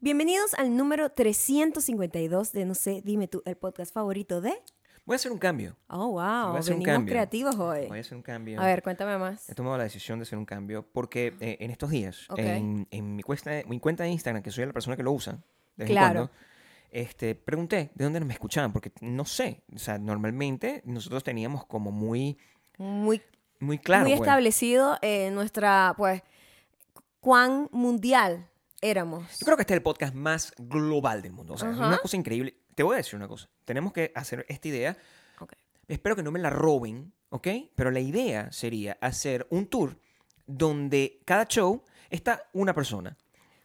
Bienvenidos al número 352 de No sé, dime tú, el podcast favorito de. Voy a hacer un cambio. Oh, Voy a wow. hacer un Venimos cambio. Eh, creativos hoy. Voy a hacer un cambio. A ver, cuéntame más. He tomado la decisión de hacer un cambio porque eh, en estos días, Ok. en, en mi, cuesta, mi cuenta de Instagram, que soy la persona que lo usa, de vez en Claro. cuando, este, pregunté de dónde me escuchaban, porque no sé. O sea, normalmente nosotros teníamos como muy, Muy, muy claro. muy pues, establecido eh, nuestra, pues, cuán mundial éramos. Yo creo que este es el podcast más global del mundo. O sea, es Ajá. una cosa increíble. Te voy a decir una cosa. Tenemos que hacer esta idea. Ok. Espero que no me la roben, ¿ok? Pero la idea sería hacer un tour donde cada show está una persona.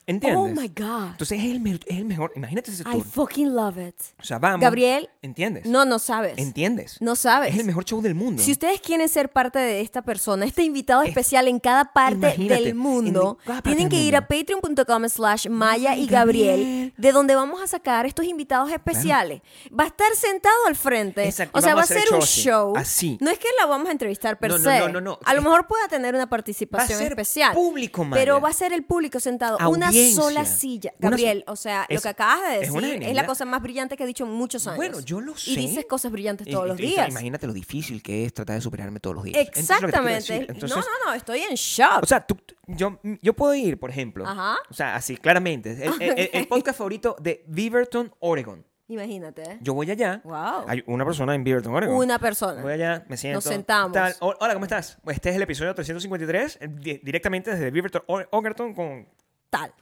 ¿Entiendes? Oh my God. Entonces es el, me- es el mejor. Imagínate ese I tour. fucking love it. O sea, vamos. Gabriel, ¿Entiendes? No, no sabes. ¿Entiendes? No sabes. Es el mejor show del mundo. Si ustedes quieren ser parte de esta persona, este invitado especial en cada parte Imagínate, del en mundo, cada parte tienen del que ir a mundo. patreon.com slash Maya Ay, y Gabriel, Gabriel. de donde vamos a sacar estos invitados especiales. Va a estar sentado al frente. Exacto, O sea, va a vamos a hacer ser el un show. show así, así. No es que la vamos a entrevistar per No, no, se. no, no, no. A lo Es- mejor pueda tener una participación Va a ser especial. público, Maya. Pero va a ser el público sentado. Una Audiencia. sola silla. Una so- Gabriel, o sea, lo Es- que acabas de es una decir es, la genialidad. cosa más brillante que he dicho en muchos años. Bueno, yo lo sé. Y dices cosas brillantes Y- todos y- los y- días. Imagínate lo difícil que es tratar de superarme todos los días. ¿Entiendes lo que te quiero decir? Exactamente. Entonces, no, no, no, estoy en shock. O sea, tú- tú- yo, yo puedo ir, por ejemplo. Ajá. O sea, así, claramente. El, el- el- el podcast favorito de Beaverton, Oregon. Imagínate. ¿eh? Yo voy allá. Wow. Hay una persona en Beaverton, Oregon. Una persona. Voy allá, me siento. sentamos. tal. Ho- Hola, ¿cómo estás? Este es el episodio 353, eh, di- directamente desde Beaverton, Ore- Oregon, con Tal.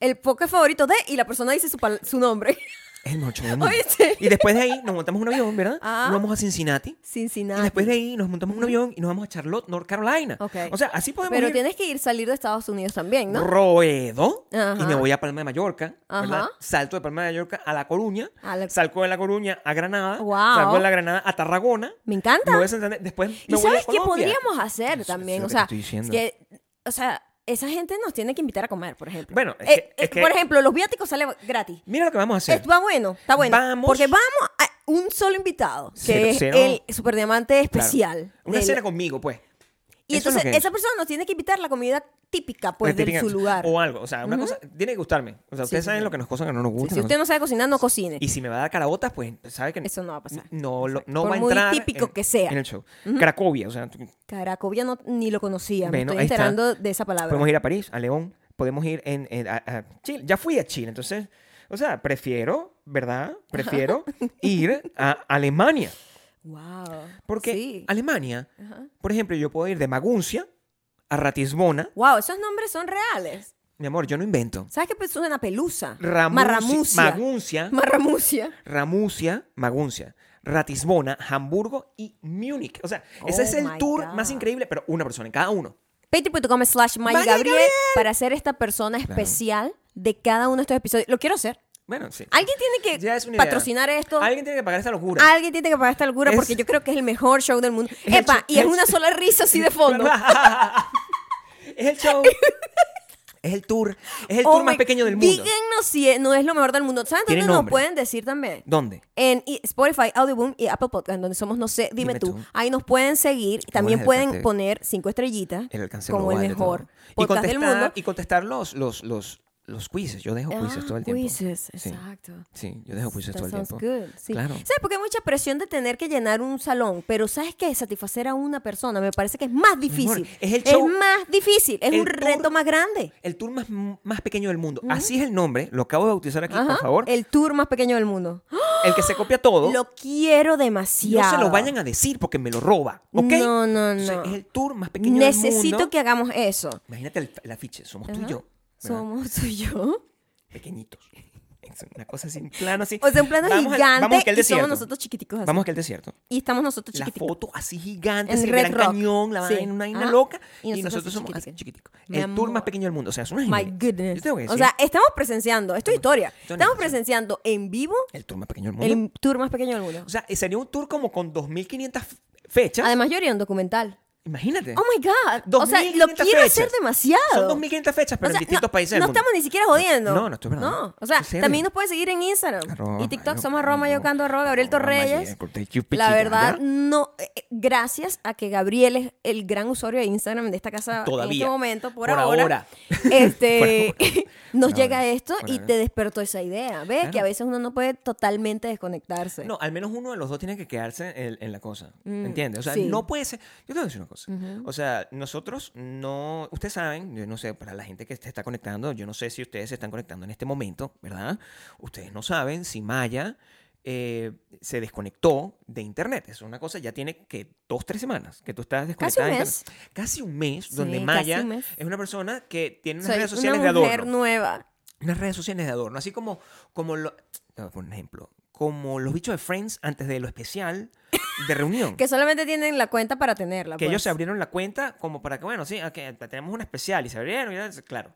El poker favorito de y la persona dice su, pal- su nombre. el mocho del mundo. ¿Oíste? Y después de ahí nos montamos un avión, ¿verdad? Ah. Nos vamos a Cincinnati. Cincinnati. Y después de ahí nos montamos un avión y nos vamos a Charlotte, North Carolina. Ok. O sea, así podemos Pero ir. tienes que ir salir de Estados Unidos también, ¿no? Roedo Ajá. y me voy a Palma de Mallorca, ¿verdad? Ajá. Salto de Palma de Mallorca a La Coruña, A la- salgo de La Coruña a Granada, Guau. salgo de La Granada a Tarragona, Me me encanta. voy a Santander, después me ¿Y voy sabes a qué Colombia. podríamos hacer Eso- también? O eso es lo sea, que te estoy diciendo. que, o sea, esa gente nos tiene que invitar a comer, por ejemplo. Bueno, es Eh, que- eh, es que- Por ejemplo, los viáticos salen gratis. Mira lo que vamos a hacer. Eh, Va bueno, está bueno. Vamos. Porque vamos a un solo invitado, que Cero- es cero- el superdiamante Claro. especial. Una del- cena conmigo, pues. Y Eso es lo entonces que es. esa persona nos tiene que invitar la comida típica, pues, Una de típica- su lugar. O algo, o sea, una cosa tiene que gustarme. O sea, ustedes sí, saben sí. lo que nos cosas que no nos Sí, gustan. si usted no sabe cocinar, no cocine. Y Mm. si me va a dar carabotas, pues sabe que Eso no va a pasar. No, lo- Exacto. no Por va a muy entrar típico en- que sea. en el show. Cracovia, o sea, tú- Caracovia no, ni lo conocía, me Bueno, estoy ahí está. enterando de esa palabra. Podemos ir a París, a León, podemos ir en, en- a, a Chile. Ya fui a Chile, entonces, o sea, prefiero, ¿verdad? Prefiero ir a Alemania. Wow. Porque Sí. Alemania, por ejemplo, yo puedo ir de Maguncia a Ratisbona. Wow, esos nombres son reales. Mi amor, yo no invento. ¿Sabes qué persona una pelusa? Ramuncia- Marramucia. Maguncia, Marramucia. Ramucia, Maguncia, Ratisbona, Hamburgo y Múnich. O sea, ese Oh es el my tour God. más increíble, pero una persona en cada uno. Patreon.com slash Maya Maya Gabriel Gabriel. para ser esta persona especial de cada uno de estos episodios. Lo quiero hacer. Bueno, sí. Alguien tiene Ya que es una idea. patrocinar esto. Alguien tiene que pagar esta locura. Alguien tiene que pagar esta locura Es- porque yo creo que es el mejor show del mundo. Es el Epa, show- y es es- una sola risa así de fondo. es el show. es el tour. Es el Oh tour más my- pequeño del mundo. Díganos si es- no es lo mejor del mundo. ¿Saben dónde Tiene nos nombre. pueden decir también? ¿Dónde? En i- Spotify, Audioboom y Apple Podcast, donde somos, no sé, dime, Dime tú. tú. Ahí nos pueden seguir. Y También es el pueden alcance- poner cinco estrellitas El alcance como el global de mejor todo. Y podcast contestar, del mundo. y contestar los, los, los, los quizzes. Yo dejo quizzes Ah, todo el tiempo. quizzes, Sí. exacto. Sí, yo dejo quizzes That todo el sounds tiempo. good, sí. Claro. ¿Sabes? Porque hay mucha presión de tener que llenar un salón, pero ¿sabes qué? Satisfacer a una persona me parece que es más amor, difícil. es el show- más difícil, es el un reto tour- más grande. El tour más, más pequeño del mundo. Así es el nombre. Lo acabo de bautizar aquí, por Ajá, favor. El, El tour más pequeño del mundo. que se copia todo. Lo quiero no demasiado. se lo vayan a decir porque me lo roba. ¿Ok? No, no, Entonces, no. es el tour más pequeño del mundo. Necesito que hagamos eso. Imagínate el, el afiche. Somos tú y yo. ¿verdad? Somos tú y yo. pequeñitos. Es una cosa así, un plano así. O sea, un plano Vamos al- gigante vamos a aquel y somos desierto. nosotros chiquiticos así. Vamos a aquel desierto. Y estamos nosotros La chiquiticos. foto así gigante, En así el Red gran Rock. cañón, la Sí. vaina, una vaina Ajá. loca. Y Y nosotros nosotros así somos así chiquiticos. chiquiticos. Mi El tour amor. más pequeño del mundo. O sea, es una My genialidad. goodness. Yo tengo que o decir, sea, estamos presenciando, esto es historia. yo Estamos necesito- presenciando en vivo el tour más pequeño del mundo. el tour más pequeño del mundo. O sea, sería un tour como con 2.500 fechas. Además, yo haría un documental. Imagínate. Oh my God. O sea, lo 2500 quiere hacer fechas. demasiado. Son 2.500 fechas, pero O sea, en distintos no, países del No mundo. estamos ni siquiera jodiendo. No, no, esto es verdad. No, o sea, En serio. también nos puedes seguir en Instagram Arroba y TikTok. Mayo- Somos arroba mayocando, arroba Gabriel Arroba Torreyes. Mayer, corte, chupi, La chica, verdad, ¿verdad? no. eh, eh, gracias a que Gabriel es el gran usuario de Instagram de esta casa en Todavía. este momento, por, Por ahora. Este, Por nos Por llega ahora. esto Por y ahora. te despertó esa idea. Ves que Claro. a veces uno no puede totalmente desconectarse. No, al menos uno de los dos tiene que quedarse en, en la cosa. Mm, ¿Entiendes? O sea, sí. no puede ser. Yo te voy a decir una cosa. Ujú. O sea, nosotros no. Ustedes saben, yo no sé, para la gente que se está conectando, yo no sé si ustedes se están conectando en este momento, ¿verdad? Ustedes no saben si Maya eh, se desconectó de Internet. Es una cosa, ya tiene que dos, tres semanas que tú estás Casi desconectada. un de mes. Internet. Casi un mes, Sí, donde casi Maya un mes. es una persona que tiene unas Soy redes sociales una de mujer adorno nueva. unas redes sociales de adorno, así como, como lo, te voy a poner un ejemplo, como los bichos de Friends antes de lo especial de reunión. que Que solamente tienen la cuenta para tenerla. pues. ellos se abrieron la cuenta como para que, bueno, sí, ok, te- tenemos una especial y se abrieron, y ya, claro.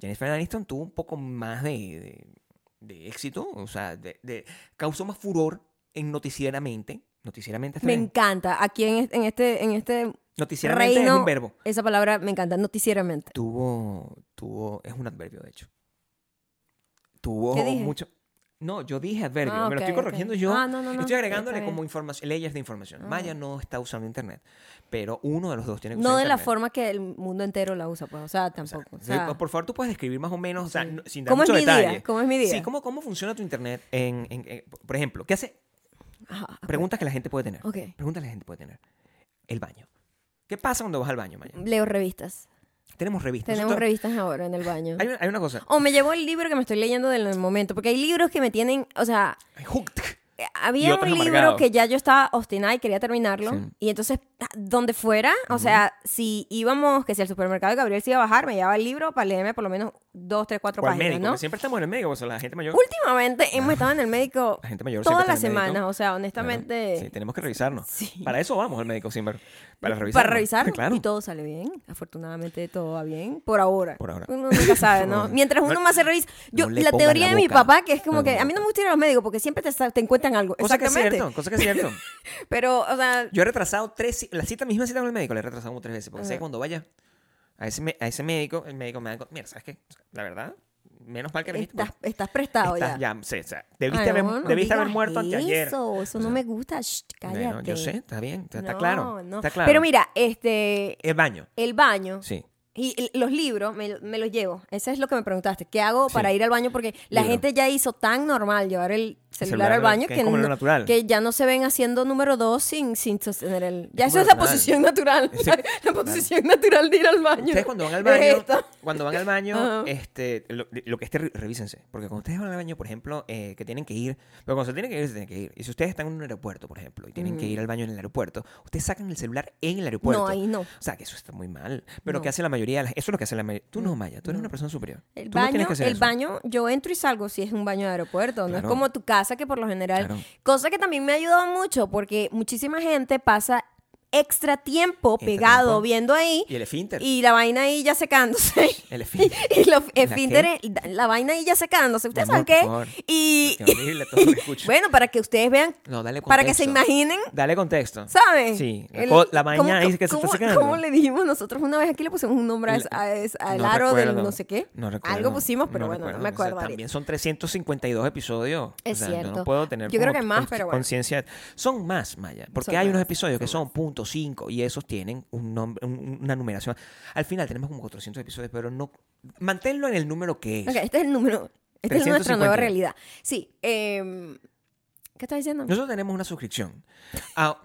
Jennifer Aniston tuvo un poco más de, de- de éxito, o sea, de, de- causó más furor en noticieramente. Noticieramente, está Me bien. encanta. Aquí en este, en este, en este noticieramente es reino- un verbo. Esa palabra me encanta, noticieramente. Tuvo, tuvo, es un adverbio, de hecho. Tuvo ¿Qué dije? mucho. No, yo dije adverbio, Ah, me lo ok, estoy ok. corrigiendo yo. Ah, no, no, no. Estoy agregándole Está como bien. información, leyes de información. Ah. Maya no está usando internet, pero uno de los dos tiene que usar No de la internet. forma que el mundo entero la usa, pues. O sea, O sea, tampoco. O sí, sea, por favor, tú puedes describir más o menos, o sea, sí. no- sin dar ¿Cómo es mucho mi detalle. día? ¿Cómo es mi día? Sí, ¿cómo, ¿cómo funciona tu internet? En, en- en- por ejemplo, ¿qué hace? Ajá, Preguntas que la gente puede tener. ok. Preguntas que la gente puede tener. El baño. ¿Qué pasa cuando vas al baño, Maya? Leo revistas. Tenemos revistas. Mm. Tenemos Nosotros- revistas ahora en el baño. Hay una, hay una cosa. O me llevo el libro que me estoy leyendo del momento, porque hay libros que me tienen, o sea, Hooked. eh, había un otros libro amargados. que ya yo estaba obstinada y quería terminarlo, Sí. y entonces, ta- donde fuera, o sea, si íbamos, que si al supermercado de Gabriel se iba a bajar, me llevaba el libro para leerme por lo menos dos, tres, cuatro O al páginas, médico, ¿no? que Siempre estamos en el médico, o sea, la gente mayor. Últimamente hemos estado en el médico La gente mayor todas siempre las está en el médico. semanas, o sea, Claro. honestamente, Sí, tenemos que revisarnos. Sí. Para eso vamos al médico siempre. Para revisar. para revisar Claro. y todo sale bien. Afortunadamente todo va bien por ahora. Por ahora. Uno nunca sabe, Por ¿no? ahora. Mientras uno No- más se revisa, yo no le la pongan teoría la de mi boca. papá que es No como le que pongan a mí la no me gusta ir a los médicos porque siempre te, sa- te encuentran algo. Cosa que es Exactamente. cierto, cosa que es cierto. Pero o sea, Yo he retrasado tres, ci- la cita, misma cita con el médico, la he retrasado como tres veces, porque sé Ajá. que cuando vaya a ese, me- a ese médico, el médico me da, mira, ¿sabes qué? O sea, La verdad, menos mal que viniste, estás, porque estás prestado estás- ya. ya, sí, o sea, debiste, Ay, haber, no, no debiste haber digas muerto anteayer. Eso, eso no sea, me gusta. Shh, cállate. Bueno, yo sé, está bien, está, está claro, No, no. está claro. Pero mira, este El baño, el baño sí. Y el- los libros me, me los llevo. Eso es lo que me preguntaste. ¿Qué hago Sí. para ir al baño? Porque la Libro. gente ya hizo tan normal llevar el celular, celular al baño que que, es como lo no- natural. que ya no se ven haciendo número dos sin, sin sostener el. Ya Es eso como es la natural. posición natural. Sí, La, posición natural de ir al baño. Ustedes cuando van al Es baño, esta. cuando van al baño, Ajá. este, lo, lo que esté, re- revísense. Porque cuando ustedes van al baño, por ejemplo, eh, que tienen que ir, pero cuando se tienen que ir, se tienen que ir. Y si ustedes están en un aeropuerto, por ejemplo, y tienen que ir al baño en el aeropuerto, ustedes sacan el celular en el aeropuerto. Mm. No, ahí no. O sea, que eso está muy mal. Pero No. Mm, que hace la mayoría de las... Eso es lo que hace la mayoría... Tú no, Maya. Tú eres una persona superior. El Tú no baño, tienes que hacer el eso. baño, yo entro y salgo si es un baño de aeropuerto, no es Claro. como tu casa que por lo general, Claro. cosa que también me ha ayudado mucho porque muchísima gente pasa extra tiempo Extra pegado tiempo. viendo ahí Y el esfínter. y la vaina ahí ya secándose. El esfínter. Y los ¿La esfínteres, la, vaina ahí ya secándose. ¿Ustedes Mi amor, saben qué? por favor. Y. Qué horrible todo lo que escucho. bueno, para que ustedes vean, No, dale contexto. para que se imaginen, Dale contexto. ¿saben? Sí, la El- co- la vaina ¿cómo- ahí que se está cómo- secando. ¿Cómo le dijimos nosotros una vez aquí? Le pusimos un nombre a, La- a- es- al No aro del recuerdo. no sé qué. No recuerdo. Algo pusimos, pero No bueno, recuerdo. no me O sea, acuerdo. ahorita. también son 352 episodios. Es O sea, yo cierto. no puedo tener Yo creo como que más, consci- pero bueno. Conciencia. Son más, Maya. Porque Son hay unos más, episodios que son punto .5 y esos tienen un nombre, un- una numeración. Al final tenemos como 400 episodios, pero no... Manténlo en el número que es. Ok, este es el número. Esta es nuestra 350. nueva realidad. Sí. em, ¿Qué estás diciendo? Nosotros tenemos una suscripción. a-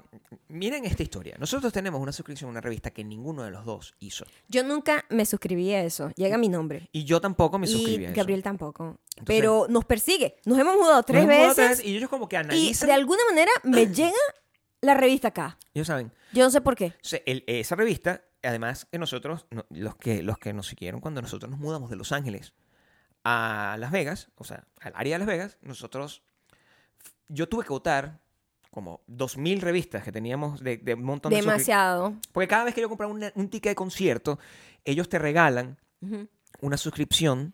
miren esta historia. Nosotros tenemos una suscripción a una revista que ninguno de los dos hizo. Yo nunca me suscribí a eso. Llega mi nombre. Y yo tampoco me suscribí Y a eso. Gabriel tampoco. pero nos persigue. Nos hemos mudado tres Nos hemos mudado veces. otra vez Y ellos como que Y analizan. de alguna manera me llega la revista acá. Ellos saben. Yo no sé por qué. O sea, el- esa revista, además que nosotros, no- los, que, los que nos siguieron cuando nosotros nos mudamos de Los Ángeles a Las Vegas, o sea, al área de Las Vegas, nosotros, yo tuve que votar como 2.000 revistas que teníamos de, de un montón de... suscrip- Demasiado. Porque cada vez que yo compraba una- un ticket de concierto, ellos te regalan Ujú. una suscripción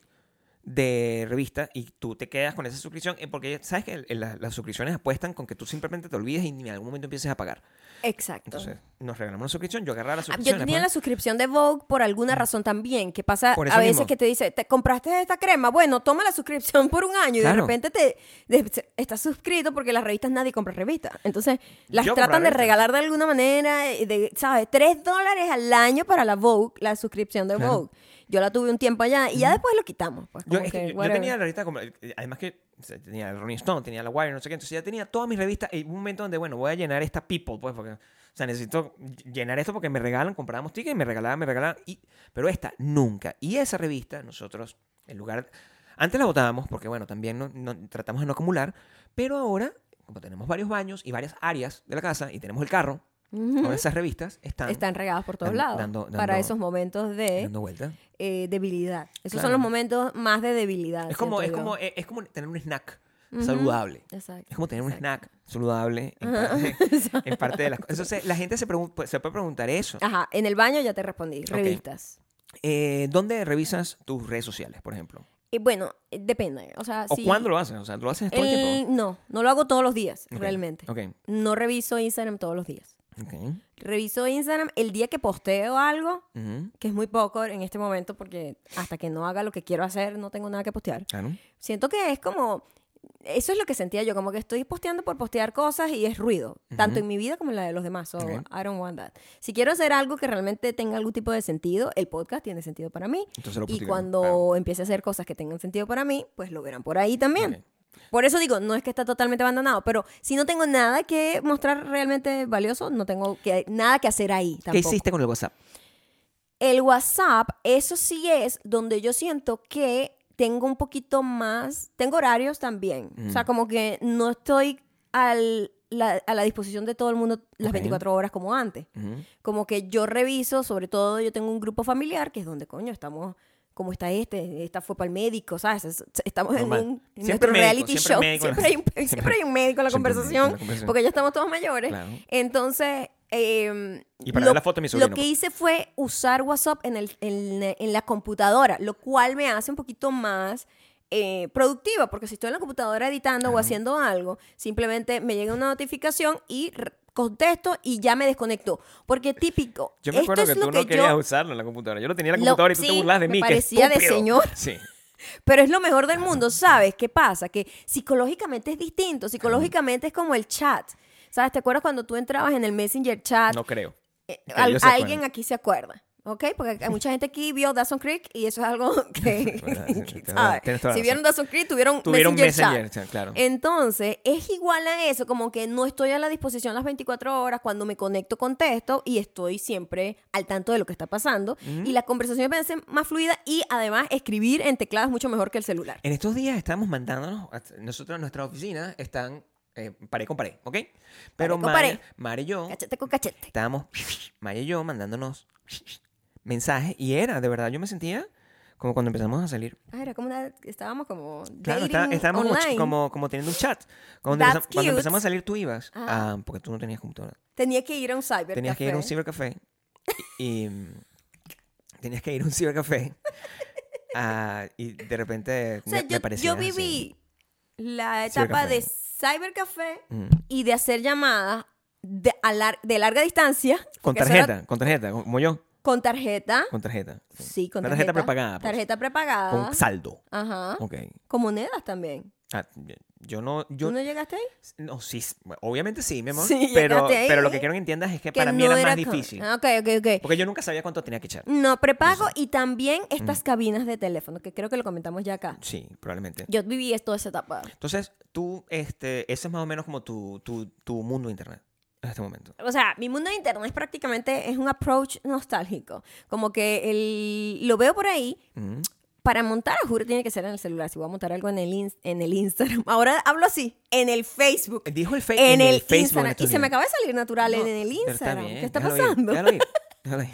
de revista y tú te quedas con esa suscripción eh, porque sabes que el- la- las suscripciones apuestan con que tú simplemente te olvides y en algún momento empieces a pagar. Exacto. Entonces, nos regalamos una suscripción, yo agarraba la Ah, suscripción. Yo tenía la después- suscripción de Vogue por alguna razón también, que pasa pues. Por eso a veces mismo. que te dice, te compraste esta crema, bueno, toma la suscripción por un año y de Claro. repente te de- estás suscrito porque las revistas nadie compra revistas. Entonces, las Yo tratan compraba de revistas. regalar de alguna manera, eh, de, ¿sabes? Tres dólares al año para la Vogue, la suscripción de Claro. Vogue. Yo la tuve un tiempo allá y ya después lo quitamos. pues, Yo, como es que que, yo- yo whatever. tenía la revista, como- eh, además que o sea, tenía el Rolling Stone, tenía la Wire, no sé qué, entonces ya tenía todas mis revistas. Y un momento donde, bueno, voy a llenar esta People, pues, porque, o sea, necesito llenar esto porque me regalan, comprábamos tickets y me regalaban, me regalaban. Y, pero esta, nunca. Y esa revista, nosotros, en lugar. Antes la votábamos porque, bueno, también no, no- tratamos de no acumular, pero ahora, como tenemos varios baños y varias áreas de la casa y tenemos el carro, Ujú. ahora esas revistas están, Están regadas por todos dan- lados dando- para dando- esos momentos de dando vuelta. eh, debilidad. Esos son Claro. los momentos más de debilidad. Es como, es, siento yo. como, eh, es, es como tener un snack Ujú. saludable. Exacto. Es como tener un exacto. snack saludable en parte, en parte de las cosas. Entonces, la gente se, pregun- pues, se puede preguntar eso. Ajá, en el baño ya te respondí, revistas. Eh, ¿Dónde revisas tus redes sociales, por ejemplo? Y bueno, eh, depende, o sea, ¿O si cuándo lo haces? O sea, ¿lo haces todo el, el- tiempo? No, no lo hago todos los días, Ok, realmente. Ok, No reviso Instagram todos los días. ok. Reviso Instagram el día que posteo algo, Ujú, que es muy poco en este momento porque hasta que no haga lo que quiero hacer no tengo nada que postear. Claro. Siento que es como eso es lo que sentía yo, como que estoy posteando por postear cosas y es ruido, tanto Ujú. en mi vida como en la de los demás. So, Ok. I don't want that. Si quiero hacer algo que realmente tenga algún tipo de sentido, el podcast tiene sentido para mí. Entonces lo Y publican, cuando claro. empiece a hacer cosas que tengan sentido para mí, pues lo verán por ahí también. Ok. Por eso digo, no es que está totalmente abandonado, pero si no tengo nada que mostrar realmente valioso, no tengo que, nada que hacer ahí tampoco. ¿Qué hiciste con el WhatsApp? El WhatsApp, eso sí es donde yo siento que tengo un poquito más, tengo horarios también. O sea, Mm. como que no estoy al- la- a la disposición de todo el mundo las Ok. 24 horas como antes. Ujú, Como que yo reviso, sobre todo yo tengo un grupo familiar, que es donde, coño, estamos, como está este, esta fue para el médico, ¿sabes? Es- Estamos Normal. en un en Siempre nuestro médico, reality siempre show. médico en la- siempre, hay un, siempre, siempre- hay un médico en la siempre médico en la conversación, conversación. porque ya estamos todos mayores. Claro. Entonces... eh, Y para lo- ver la foto de mi Lo sobrino, que pues. hice fue usar WhatsApp en, el, en, en la computadora, lo cual me hace un poquito más eh, productiva, porque si estoy en la computadora editando o Claro. haciendo algo, simplemente me llega una notificación y r- contesto y ya me desconecto. Porque típico, Yo me esto acuerdo es que tú lo no que querías yo... usarlo en la computadora. Yo lo tenía en la Lo- computadora y tú sí, te burlas de me mí. ¡qué parecía de estúpido! señor. Sí. Pero es lo mejor del mundo, ¿sabes? ¿Qué pasa? Que psicológicamente es distinto, psicológicamente es como el chat. ¿Sabes? ¿Te acuerdas cuando tú entrabas en el Messenger chat? No creo. Eh, Que al- ellos se acuerden. alguien aquí se acuerda, ¿ok? Porque hay mucha gente aquí vio Dawson Creek y eso es algo que, Verdad, que, sí, tienes toda ¿sabes? la- tienes toda la Si razón. vieron Dawson Creek, tuvieron, Tuvieron Messenger, chat. Messenger, sí, claro. Entonces, es igual a eso, como que no estoy a la disposición las 24 horas, cuando me conecto contesto y estoy siempre al tanto de lo que está pasando y la conversación me hace más fluida y además escribir en teclado es mucho mejor que el celular. En estos días estamos mandándonos, a- nosotros en nuestra oficina están eh, pared con pared, ¿ok? Pero con pared. Mare, Mare y yo Cachete con cachete. estábamos, Mare y yo mandándonos mensajes y era, de verdad, yo me sentía como cuando empezamos a salir. Ah, era como una, estábamos como Claro, dating está- estábamos mucho- online. como, como teniendo un chat. Cuando, That's empezam- cuando cute. empezamos a salir tú ibas, Ah. ah, porque tú no tenías computadora, Tenía que ir a un cyber tenías que ir a un cibercafé y, y, mm, tenías que ir a un cibercafé ah, y de repente O sea, me, yo, me yo aparecías así. viví la etapa de cybercafé Mm. y de hacer llamadas de, a lar- de larga distancia. Con porque eso era- tarjeta, con tarjeta, como yo, con tarjeta. con tarjeta. Sí, con Una tarjeta. tarjeta prepagada, pues. Tarjeta Ah. prepagada. Con saldo. Ajá. Ok. Con monedas también. Ah, yo no, yo ¿Tú no llegaste ahí? no, sí, obviamente sí, mi amor. Sí, pero, llegaste ahí. pero lo que quiero que entiendas es que, Que para mí no era, más con- difícil. Ah, ok, ok, ok. Porque yo nunca sabía cuánto tenía que echar. No, prepago y también estas cabinas de teléfono, que creo que lo comentamos ya acá. Sí, probablemente. Yo viví toda esa etapa. Entonces, tú, este, ese es más o menos como tu, tu, tu mundo de internet en este momento. O sea, mi mundo de internet es prácticamente es un approach nostálgico. Como que el, lo veo por ahí, Mm. Para montar, juro, tiene que ser en el celular. Si voy a montar algo en el, ins- en el Instagram. Ahora hablo así, en el Facebook. Dijo el, fe- En, el, Facebook. en Instagram. Y estos se me días. acaba de salir natural en No, el pero está Instagram. bien, ¿Qué está déjalo ir, pasando? Déjalo ir, déjalo ir.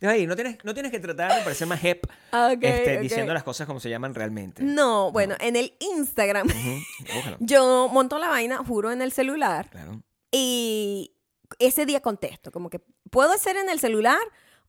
Déjalo ir, No tienes, no tienes que tratar de parecer más hep Ah, ok, este, ok. diciendo las cosas como se llaman realmente. No, bueno, en el Instagram. Ujú, búscalo, Yo monto la vaina, juro, en el celular. Claro. Y ese día contesto. Como que puedo hacer en el celular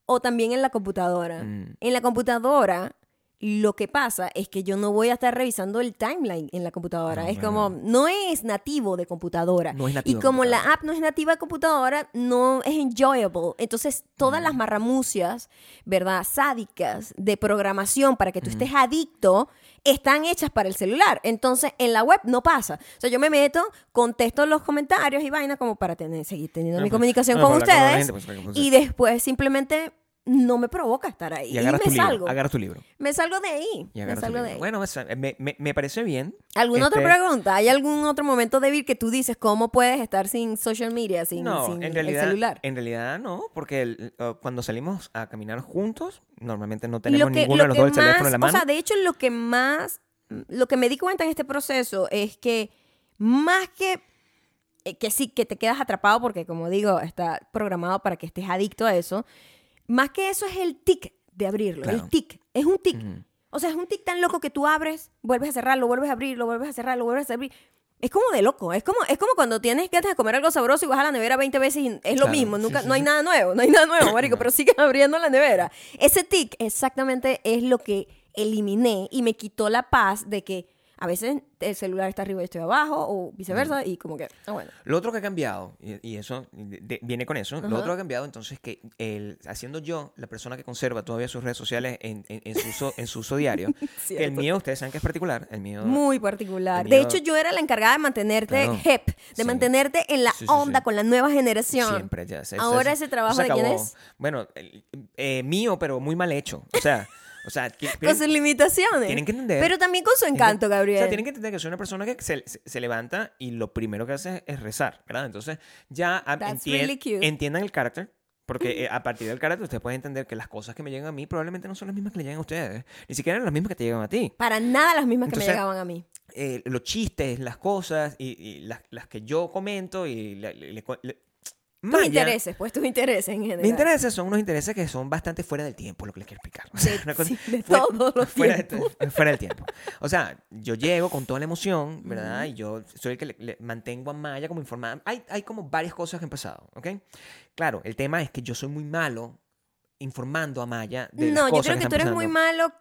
o también en la computadora. Mm. En la computadora Lo que pasa es que yo no voy a estar revisando el timeline en la computadora. No, es no, como, no. no es nativo de computadora. Ah, No es Y nativo de como la computadora. app no es nativa de computadora, no es enjoyable. Entonces, todas Mm. las marramucias, ¿verdad? Sádicas de programación para Mm. que tú estés adicto, están hechas para el celular. Entonces, en la web no pasa. O sea, yo me meto, contesto los comentarios y vaina como para tener, seguir teniendo No, mi pues, comunicación no, con para hablar ustedes. con la gente, pues, para que funcione. y después simplemente no me provoca estar ahí. Y Y, agarras me tu salgo. libro. Agarras tu libro. Me salgo de ahí. Y me agarras tu salgo de libro. ahí. Bueno, o sea, me, me, me parece bien. ¿Alguna otra Este, pregunta? ¿Hay algún otro momento débil que tú dices cómo puedes estar sin social media, sin, No, sin en realidad, el celular? En realidad no, porque el- eh, cuando salimos a caminar juntos, normalmente no tenemos Lo que- ninguno lo de los que dos el teléfono en la más- mano. O sea, de hecho, lo que más, lo que me di cuenta en este proceso es que más que eh, que sí, que te quedas atrapado porque, como digo, está programado para que estés adicto a eso, más que eso es el tic de abrirlo, el Claro. tic, es un tic. Ujú. O sea, es un tic tan loco que tú abres, vuelves a cerrar, lo vuelves a abrir, lo vuelves a cerrar, lo vuelves a abrir. Es como de loco, es como, es como cuando tienes ganas de comer algo sabroso y vas a la nevera 20 veces y es lo Claro, mismo, sí, nunca, sí, no hay sí. nada nuevo, no hay nada nuevo, marico, pero sigues abriendo la nevera. Ese tic exactamente es lo que eliminé y me quitó la paz de que a veces el celular está arriba y estoy abajo o viceversa y como que, ah, bueno. Lo otro que ha cambiado, y, y eso de- de- viene con eso, Ajá. lo otro que ha cambiado entonces es que el, haciendo yo, la persona que conserva todavía sus redes sociales en, en- en su, uso, en su uso diario, que el Cierto. mío, ustedes saben que es particular, el mío... Muy particular. El De mío- hecho, yo era la encargada de mantenerte Claro. hip, de Sí. mantenerte en la Sí, sí, sí. onda con la nueva generación. Siempre, ya. se- se- Ahora se- ese trabajo se de quién acabó. es? Bueno, el- eh, mío, pero muy mal hecho. O sea, o sea que- con sus limitaciones. tienen que entender. Pero también con su encanto, Tienen- Gabriel. O sea, tienen que entender que soy una persona que se, se- se levanta y lo primero que hace es rezar, ¿verdad? Entonces, ya ah, That's entien- really cute. entiendan el carácter. Porque eh, a partir del carácter ustedes pueden entender que las cosas que me llegan a mí probablemente no son las mismas que le llegan a ustedes. ¿eh? Ni siquiera eran las mismas que te llegan a ti. Para nada las mismas que me Entonces- llegaban a mí. Eh, los chistes, las cosas y, y las, las que yo comento y la- le, le cu- le- Tus Maya, intereses, pues tus intereses en general. Mis intereses son unos intereses que son bastante fuera del tiempo, lo que les quiero explicar. O sea, una cosa- sí, de fuera- todos los fuera, de- fuera del tiempo. O sea, yo llego con toda la emoción, ¿verdad? Y yo soy el que le, le mantengo a Maya como informada. Hay, hay como varias cosas que han pasado, ¿ok? Claro, el tema es que yo soy muy malo informando a Maya de las No, yo cosas creo que, están tú eres muy pasando. malo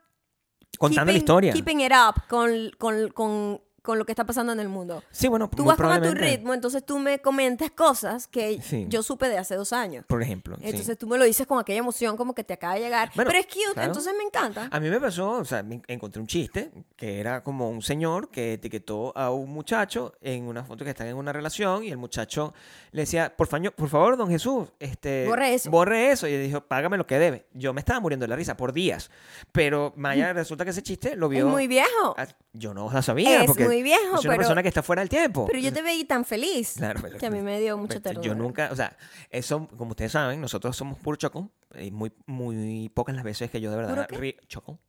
Contando la keeping- historia. Keeping it up con, con, con, con lo que está pasando en el mundo. Sí, bueno, Tú muy vas como a tu probablemente, ritmo, entonces tú me comentas cosas que Sí. yo supe de hace dos años. Por ejemplo. sí. Entonces tú me lo dices con aquella emoción como que te acaba de llegar. Bueno, Pero es cute, claro. Ah, entonces me encanta. A mí me pasó, o sea, me encontré un chiste que era como un señor que etiquetó a un muchacho en una foto que están en una relación y el muchacho le decía, por, faño- por favor, don Jesús, este, Borre eso. Borre eso. Y él dijo, págame lo que debe. Yo me estaba muriendo de la risa por días, pero Maya resulta que ese chiste lo Es vio. muy viejo. Ah, Yo no la sabía. Es porque muy viejo, Soy una pero- persona que está fuera del tiempo. Pero yo te veía tan feliz Claro, pero- que a mí me dio mucha Perfecto. ternura. Yo nunca, o sea, eso, como ustedes saben, nosotros somos puro choco. Y muy, muy pocas las veces que yo de verdad ¿Puro qué? ri- choco.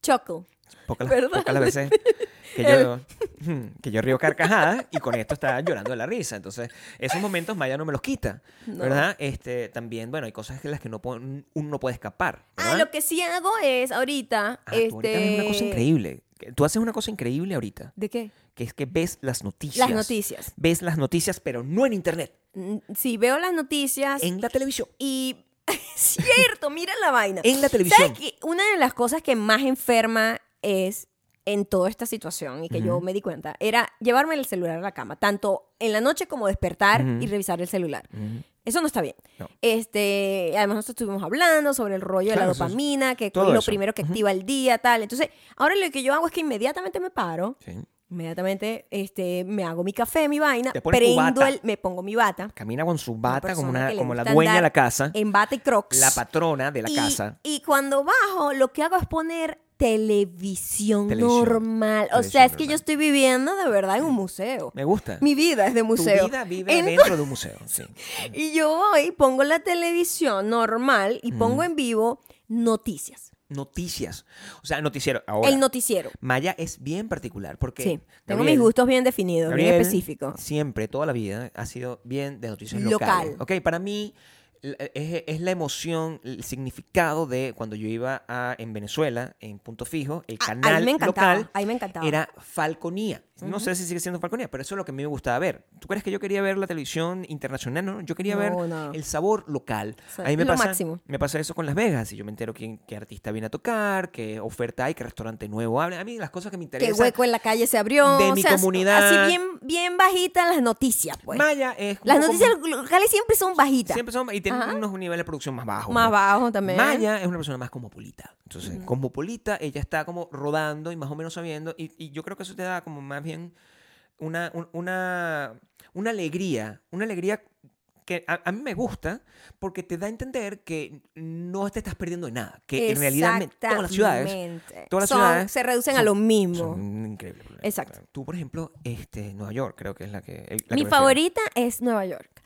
Choco. Pocas, las- Perdón. pocas las veces eh, que yo, que yo río carcajadas y con esto está llorando de la risa. Entonces, esos momentos Maya no me los quita. No. ¿Verdad? Este, también, bueno, hay cosas de las que no po- uno no puede escapar. Ah, ¿verdad? lo que sí hago es ahorita. Ah, este... tú ahorita ves una cosa increíble. Que Tú haces una cosa increíble ahorita, ¿De qué? que es que ves las noticias. Las noticias. Ves las noticias, pero no en internet, Mm, Sí, veo las noticias en la televisión. y. Cierto, mira la vaina. En la televisión. ¿Sabes qué? Una de las cosas que más enferma es en toda esta situación y que yo Ujú. me di cuenta era llevarme el celular a la cama, tanto en la noche como despertar Ujú. y revisar el celular. Mm. Eso no está bien. No. Este, además nosotros estuvimos hablando sobre el rollo de la Claro, eso es- dopamina, que es todo lo eso. primero que Ujú. activa el día, tal. Entonces, ahora lo que yo hago es que inmediatamente me paro, Sí. inmediatamente este, me hago mi café, mi vaina, Te pones tu prendo bata. el, me pongo mi bata, Camina con su Una bata como, persona una- que le como la gusta dueña de andar la casa, en bata y crocs. la patrona de la y, casa. Y cuando bajo, lo que hago es poner televisión, Televisión. normal. O Televisión sea, es que normal. yo estoy viviendo de verdad en un museo. Me gusta. Mi vida es de museo. Tu vida vive Entonces- dentro de un museo. Sí. Y yo voy, pongo la televisión normal y pongo en vivo noticias. Noticias. O sea, noticiero. Ahora, el noticiero. Maya es bien particular porque. Sí. Tengo Gabriel- mis gustos bien definidos, Gabriel bien específicos. Siempre, toda la vida, ha sido bien de noticias Local. locales. Ok, para mí, la- es, es la emoción, el significado de cuando yo iba a, en Venezuela, en Punto Fijo, el Ah, canal ahí me encantaba, local ahí me encantaba. era Falconía. No sé si sigue siendo Falconía, pero eso es lo que a mí me gustaba ver. ¿Tú crees que yo quería ver la televisión internacional? No, yo quería No, ver no. el sabor local. Sí, a mí me lo pasa, máximo. me pasa eso con Las Vegas. Y yo me entero quién, qué artista viene a tocar, qué oferta hay, qué restaurante nuevo habla. A mí las cosas que me que interesan. hueco en la calle se abrió. de o mi sea, comunidad. Así bien, bien bajitas las noticias, pues. Maya es un las poco- noticias locales siempre son bajitas. Siempre son, y tienen Ajá. unos niveles de producción más bajos. Más ¿no? bajo también. Maya es una persona más cosmopolita. Entonces, cosmopolita, ella está como rodando y más o menos sabiendo. Y, y yo creo que eso te da como más bien una, un- una, una alegría. Una alegría que a, a mí me gusta porque te da a entender que no te estás perdiendo de nada. Que en realidad me- todas las ciudades Exactamente. todas las Son- ciudades se reducen a son- lo mismo. son un increíble problema. Exacto. Tú, por ejemplo, este, Nueva York creo que es la que... el- la que Mi prefiero. favorita es Nueva York,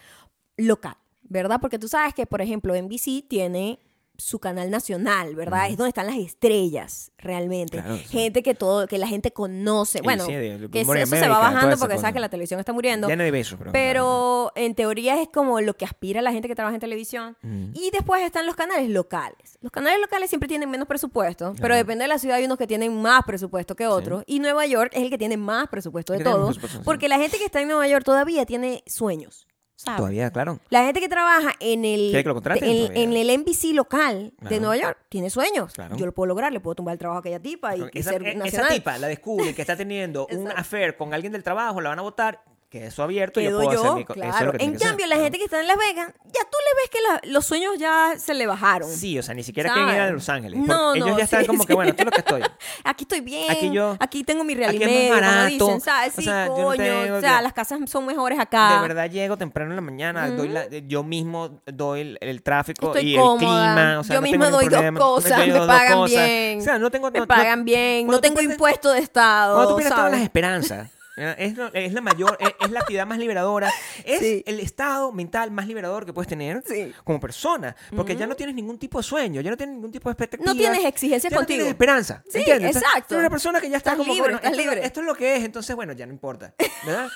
local, ¿verdad? Porque tú sabes que, por ejemplo, NBC tiene su canal nacional, ¿verdad? Es donde están las estrellas, realmente. Claro, sí. Gente que todo, que la gente conoce. El Bueno, CD, el que eso Memory se va America, toda bajando esa porque cosa. sabes que la televisión está muriendo. Ya no hay besos, creo. Pero en teoría es como lo que aspira la gente que trabaja en televisión. Ujú. Y después están los canales locales. Los canales locales siempre tienen menos presupuesto, pero Ajá. depende de la ciudad hay unos que tienen más presupuesto que otros. Y Nueva York es el que tiene más presupuesto de Que tiene más todos, presupuesto, sí. porque la gente que está en Nueva York todavía tiene sueños. ¿sabes? Todavía, claro. La gente que trabaja en el, Quiere que lo contraten en, todavía. en el NBC local Claro. de Nueva York tiene sueños. Claro. Yo lo puedo lograr, le puedo tumbar el trabajo a aquella tipa y, y esa, ser e- esa nacional. tipa la descubre que está teniendo un Exacto. affair con alguien del trabajo, la van a votar, que eso abierto, yo quedo puedo yo, hacer mi co- eso es claro. lo que en tiene que cambio, ser, la ¿no? gente que está en Las Vegas, ya tú le ves que la- los sueños ya se le bajaron. Sí, o sea, ni siquiera quieren ir ¿Sabes? a Los Ángeles. No, porque no, ellos ya están sí, como sí. que, bueno, esto es lo que estoy. Aquí estoy bien. Aquí Aquí yo- tengo mi real aquí es más medio, como barato. dicen, ¿sabes? O Sí, sea, yo no coño. tengo o sea, que- las casas son mejores acá. De verdad llego temprano en la mañana, doy la- eh, yo mismo doy el, el tráfico Estoy y cómoda. el clima. O sea, yo no tengo mismo ningún doy problema, dos cosas, yo me doy dos pagan cosas. bien. O sea, no tengo... me no- pagan no- bien, no cuando tú tengo pierdes- impuesto de estado. Cuando tú pierdes todas ¿sabes? las esperanzas. ¿verdad? Es, lo- es la mayor, es, es la actividad más liberadora. Es Sí. el estado mental más liberador que puedes tener Sí. Mm. como persona. Porque ya no tienes ningún tipo de sueño, ya no tienes ningún tipo de expectativa. tienes exigencias ya contigo. No tienes esperanza. Sí, ¿entiendes? Entonces, exacto. tú eres una persona que ya está Estás como que, libre, bueno, estás esto, es lo- libre. esto es lo que es, entonces bueno, ya no importa. ¿Verdad?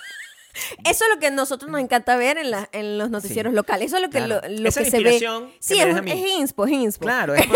Eso es lo que a nosotros nos encanta ver en, la- en los noticieros locales. Eso es lo que, Claro. lo, lo Esa que es se ve. inspiración que Sí, me es, das a un- mí. es inspo, es inspo. claro, es,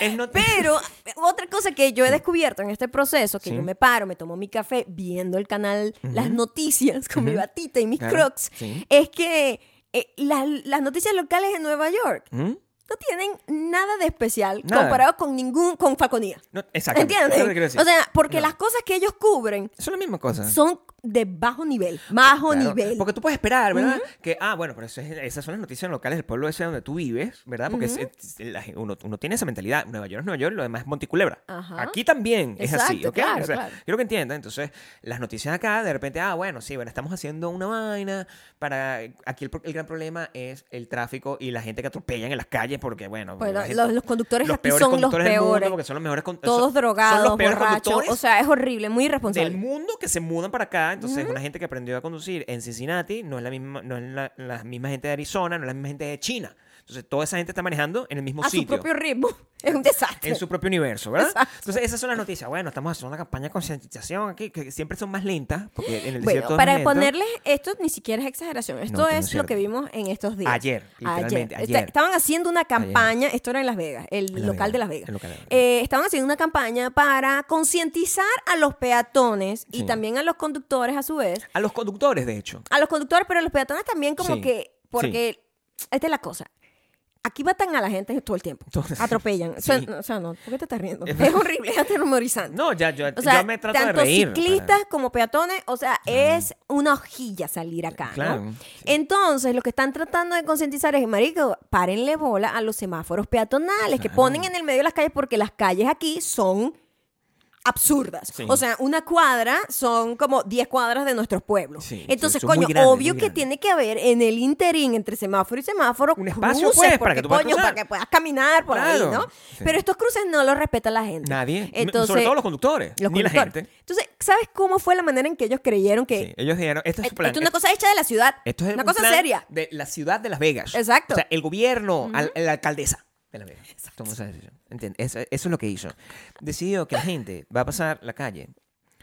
es no Pero eh, otra cosa que yo he descubierto en este proceso, que Sí. yo me paro, me tomo mi café viendo el canal, las noticias con mi Ujú. batita y mis Claro, crocs, sí. es que eh, la- las noticias locales de Nueva York ¿Mm? no tienen nada de especial Nada. comparado con ningún, con Falconía. No, exactamente. Eso es lo que quiero ¿Entiendes? decir. O sea, porque No. las cosas que ellos cubren Son la misma cosa. son de bajo nivel, bajo Claro, nivel. Porque tú puedes esperar, ¿verdad? Que, ah, bueno, pero eso es- esas son las noticias locales del pueblo ese donde tú vives, ¿verdad? Porque es- es- la- uno, uno tiene esa mentalidad. Nueva York es Nueva York, lo demás es Monticulebra. Ajá. Aquí también es así, Exacto, ¿ok? claro, o sea, claro. Quiero que entiendan. Entonces, las noticias acá, de repente, ah, bueno, sí, bueno, estamos haciendo una vaina para... Aquí el, pro- el gran problema es el tráfico y la gente que atropellan en las calles porque, bueno... Bueno, la gente- Pues, los, los conductores aquí peores son los conductores del mundo peores. porque son los mejores... con- son- Todos Son los drogados, peores borrachos. conductores O sea, es horrible, muy del irresponsable. mundo que se mudan para acá. Entonces, una gente que aprendió a conducir en Cincinnati no es la misma, no es la, la misma gente de Arizona, no es la misma gente de China. Entonces, toda esa gente está manejando en el mismo A su sitio. propio ritmo. Es un desastre. En su propio universo, ¿verdad? Entonces, esas son las noticias. Bueno, estamos haciendo una campaña de concientización aquí, que siempre son más lentas, porque en el Bueno, desierto es para lento. ponerles, esto ni siquiera es exageración, esto esto no es es lo que cierto. vimos en estos días. Ayer, literalmente, Esta- ayer. Estaban haciendo una campaña, esto era en Las Vegas, el Las local Vegas, de Las Vegas. el local de Las Eh, estaban haciendo una campaña para concientizar a los peatones y Sí. también a los conductores a su vez A los conductores, de hecho. a los conductores, pero a los peatones también como Sí, que, porque esta es la cosa. Aquí matan a la gente todo el tiempo. Entonces- Atropellan. O, sea, Sí. no- o sea, no, ¿por qué te estás riendo? Es Es horrible, es aterrorizante. No, ya, yo, O sea, yo me trato de tanto reír. para- ciclistas como peatones, o sea, es una hojilla salir acá, ¿no? Claro, sí. Entonces, lo que están tratando de concientizar es, marico, párenle bola a los semáforos peatonales que ponen en el medio de las calles porque las calles aquí son absurdas. Sí. O sea, una cuadra son como 10 cuadras de nuestros pueblos. Sí, sí, Entonces, son muy coño, grandes, obvio muy que grandes. tiene que haber en el interín entre semáforo y semáforo Un espacio, cruces, pues, para porque, que tú puedas coño, cruzar. para que puedas caminar por ahí, Claro. ¿no? Sí. Pero estos cruces no los respeta la gente. Nadie. Entonces, Sobre todo los conductores. los ni la conductores. gente. Entonces, ¿sabes cómo fue la manera en que ellos creyeron que Sí, ellos dijeron, esto es esto su plan. es una cosa hecha de la ciudad? Esto es una un cosa plan seria. De la ciudad de Las Vegas. Exacto. O sea, el gobierno, al- la alcaldesa de Las Vegas. Tomó esa decisión. Entiende, Eso, eso es lo que hizo. Decidió que la gente va a pasar la calle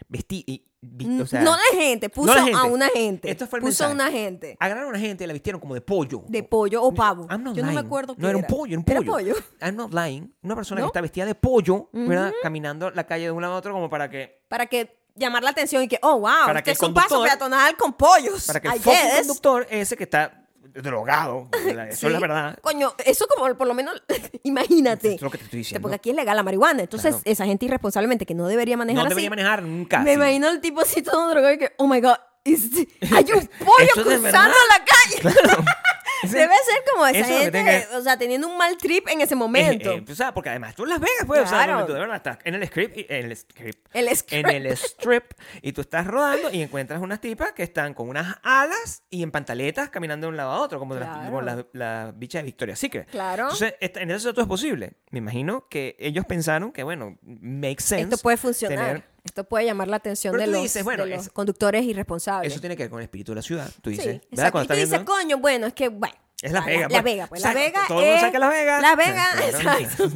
Vestí, y, vi- o sea, Mm, no la gente, puso la gente. a una gente. Esto fue el puso a mensaje. una gente. agarraron a una gente y la vistieron como de pollo. De pollo o pavo. I'm not Yo no me lying. acuerdo qué No, era un pollo, era un pollo. I'm not lying. Una persona que ¿No? está vestida de pollo, ¿verdad? Caminando la calle de un lado a otro como para que... Para que llamar la atención y que, oh, wow, Para este que el es un paso conductor- peatonal con pollos. Para que I el fucking guess. conductor ese que está drogado, ¿verdad? eso Sí. es la verdad. Coño, eso como por lo menos, imagínate. Este, Es lo que te estoy diciendo. Porque aquí es legal la marihuana. Entonces, Claro. esa gente irresponsablemente que no debería manejar no así. debería manejar nunca. Me así. imagino el tipo así todo drogado y que, oh my god, is- hay un pollo Esto es de cruzando verdad. la calle. Ese- Debe ser como esa Eso es lo que gente, tiene que- o sea, teniendo un mal trip en ese Eh, eh, momento. eh, o sea, porque además tú en Las Vegas, pues, o sea, Claro. donde tú de verdad estás en el script, y- en el script, el en script. el strip, y tú estás rodando y encuentras unas tipas que están con unas alas y en pantaletas caminando de un lado a otro, como las, Claro. como las- las bichas de Victoria Secret. Claro. Entonces, esta- en eso todo es posible. Me imagino que ellos pensaron que, bueno, makes sense. Esto puede funcionar. tener- Esto puede llamar la atención Pero de tú los, dices, bueno, de los es- conductores irresponsables. Eso tiene que ver con el espíritu de la ciudad. Tú dices, sí, ¿verdad? exacto. Cuando Y tú estás dices, viendo- coño, bueno, es que, bueno. Es Las Vegas. La Vega, pues. La Exacto, Vega Todo el mundo es- sabe que es Las Vegas. La Vega, Claro. exacto.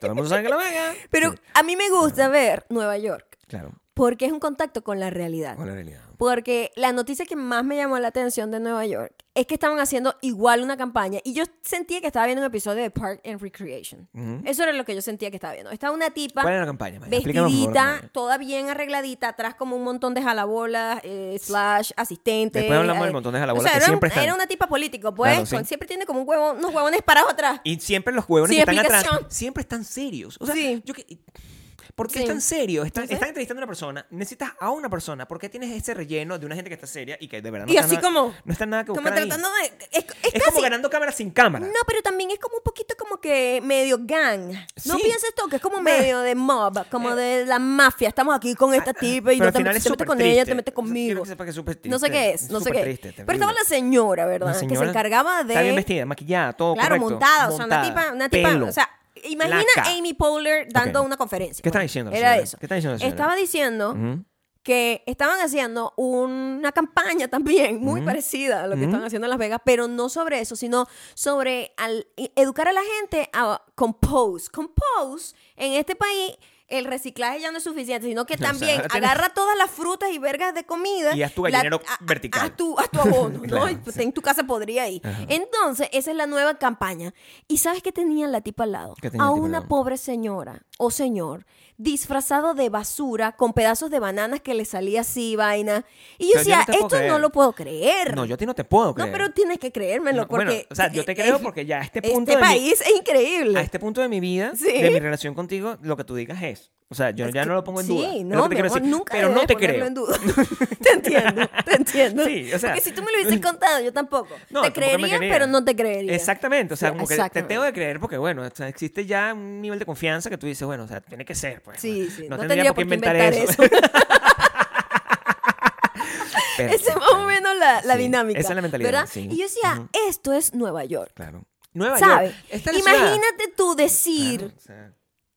Todo el mundo sabe que es Las Vegas. Pero Sí, a mí me gusta ver Nueva York Claro, porque es un contacto con la realidad. con la realidad. Porque la noticia que más me llamó la atención de Nueva York es que estaban haciendo igual una campaña y yo sentía que estaba viendo un episodio de Park and Recreation. Ujú. Eso era lo que yo sentía que estaba viendo. Estaba una tipa ¿Cuál era la campaña? Maya? Explícanos, por favor, vestidita, Maya. toda bien arregladita, atrás como un montón de jalabolas, eh, slash asistente. Después hablamos del eh, montón de jalabolas que era, un- siempre están. era una tipa político, pues, Claro, sí. con- siempre tiene como un huevo, unos huevones parados atrás. Y siempre los huevones Sin que están atrás explicación. siempre están serios. O sea, Sí. yo que- ¿Por qué Sí. están serios? Están, Entonces- están entrevistando a una persona. Necesitas a una persona. ¿Por qué tienes ese relleno de una gente que está seria y que de verdad no Y está así nada- como- No está nada que Como buscar ahí? tratando de... Es, es Es casi... como ganando cámara sin cámara. No, pero también es como un poquito como que medio gang. No Sí. pienses tú que es como Meh. medio de mob, como de la mafia. Estamos aquí con esta tipa y Ah, Pero yo al te final metes, es te metes súper con triste. ella, te metes Quiero conmigo. que sepa que es súper No sé triste. qué es, no sé Súper qué. triste, pero estaba terrible. la señora, ¿verdad? Una que señora se encargaba de Está bien vestida, maquillada, todo Claro, correcto. montada, o sea, una Montada, tipa, una tipa, pelo. o sea, imagina Laca. a Amy Powler dando Ok. una conferencia. ¿Qué está Bueno, diciendo la Era señora? eso. ¿Qué está diciendo la señora? Mm. Estaba diciendo Ujú. que estaban haciendo una campaña también muy parecida a lo que estaban haciendo en Las Vegas, pero no sobre eso, sino sobre al- e- educar a la gente a compose. Compose, en este país, el reciclaje ya no es suficiente, sino que sea, también ahora tienes- agarra todas las frutas y vergas de comida. Y haz tu la- gallinero a- a- vertical. Haz tu, haz tu abono, ¿no? Claro, Y En tu casa podría ir. Entonces, esa es la nueva campaña. ¿Y sabes qué tenía la tipa al lado? ¿Qué tenía A la tipa al una lado? pobre señora o señor disfrazado de basura con pedazos de bananas que le salía así vaina. Y yo Pero yo no decía, te puedo esto no creer". lo puedo creer. No, yo a ti no te puedo No, creer. pero tienes que creérmelo No, porque bueno, o sea, yo te eh, creo eh, porque ya a este este, punto de mi- país es increíble. a este punto de mi vida, Sí. de mi relación contigo, lo que tú digas es. O sea, yo Es ya que- no lo pongo en sí, duda. Es lo no, mi que te quiero amor, decir. nunca pero no debes te ponerlo creo. en duda. te entiendo, te entiendo. Sí, o sea- Porque si tú me lo hubieses contado, yo tampoco. No, te tampoco me creería, creería. pero no te creería. Exactamente, o sea, Sí, como que te exactamente. tengo de creer porque, bueno, o sea, existe ya un nivel de confianza que tú dices, bueno, o sea, tiene que ser, pues. Sí, sí, No, tendría por qué inventar, eso. Pero- Esa es más o menos la, la Sí, dinámica. esa es la mentalidad, ¿verdad? sí. Y yo decía, esto es Nueva York. Claro. Nueva ¿Sabes? York. Esta es la ciudad. Imagínate tú decir Claro, o sea,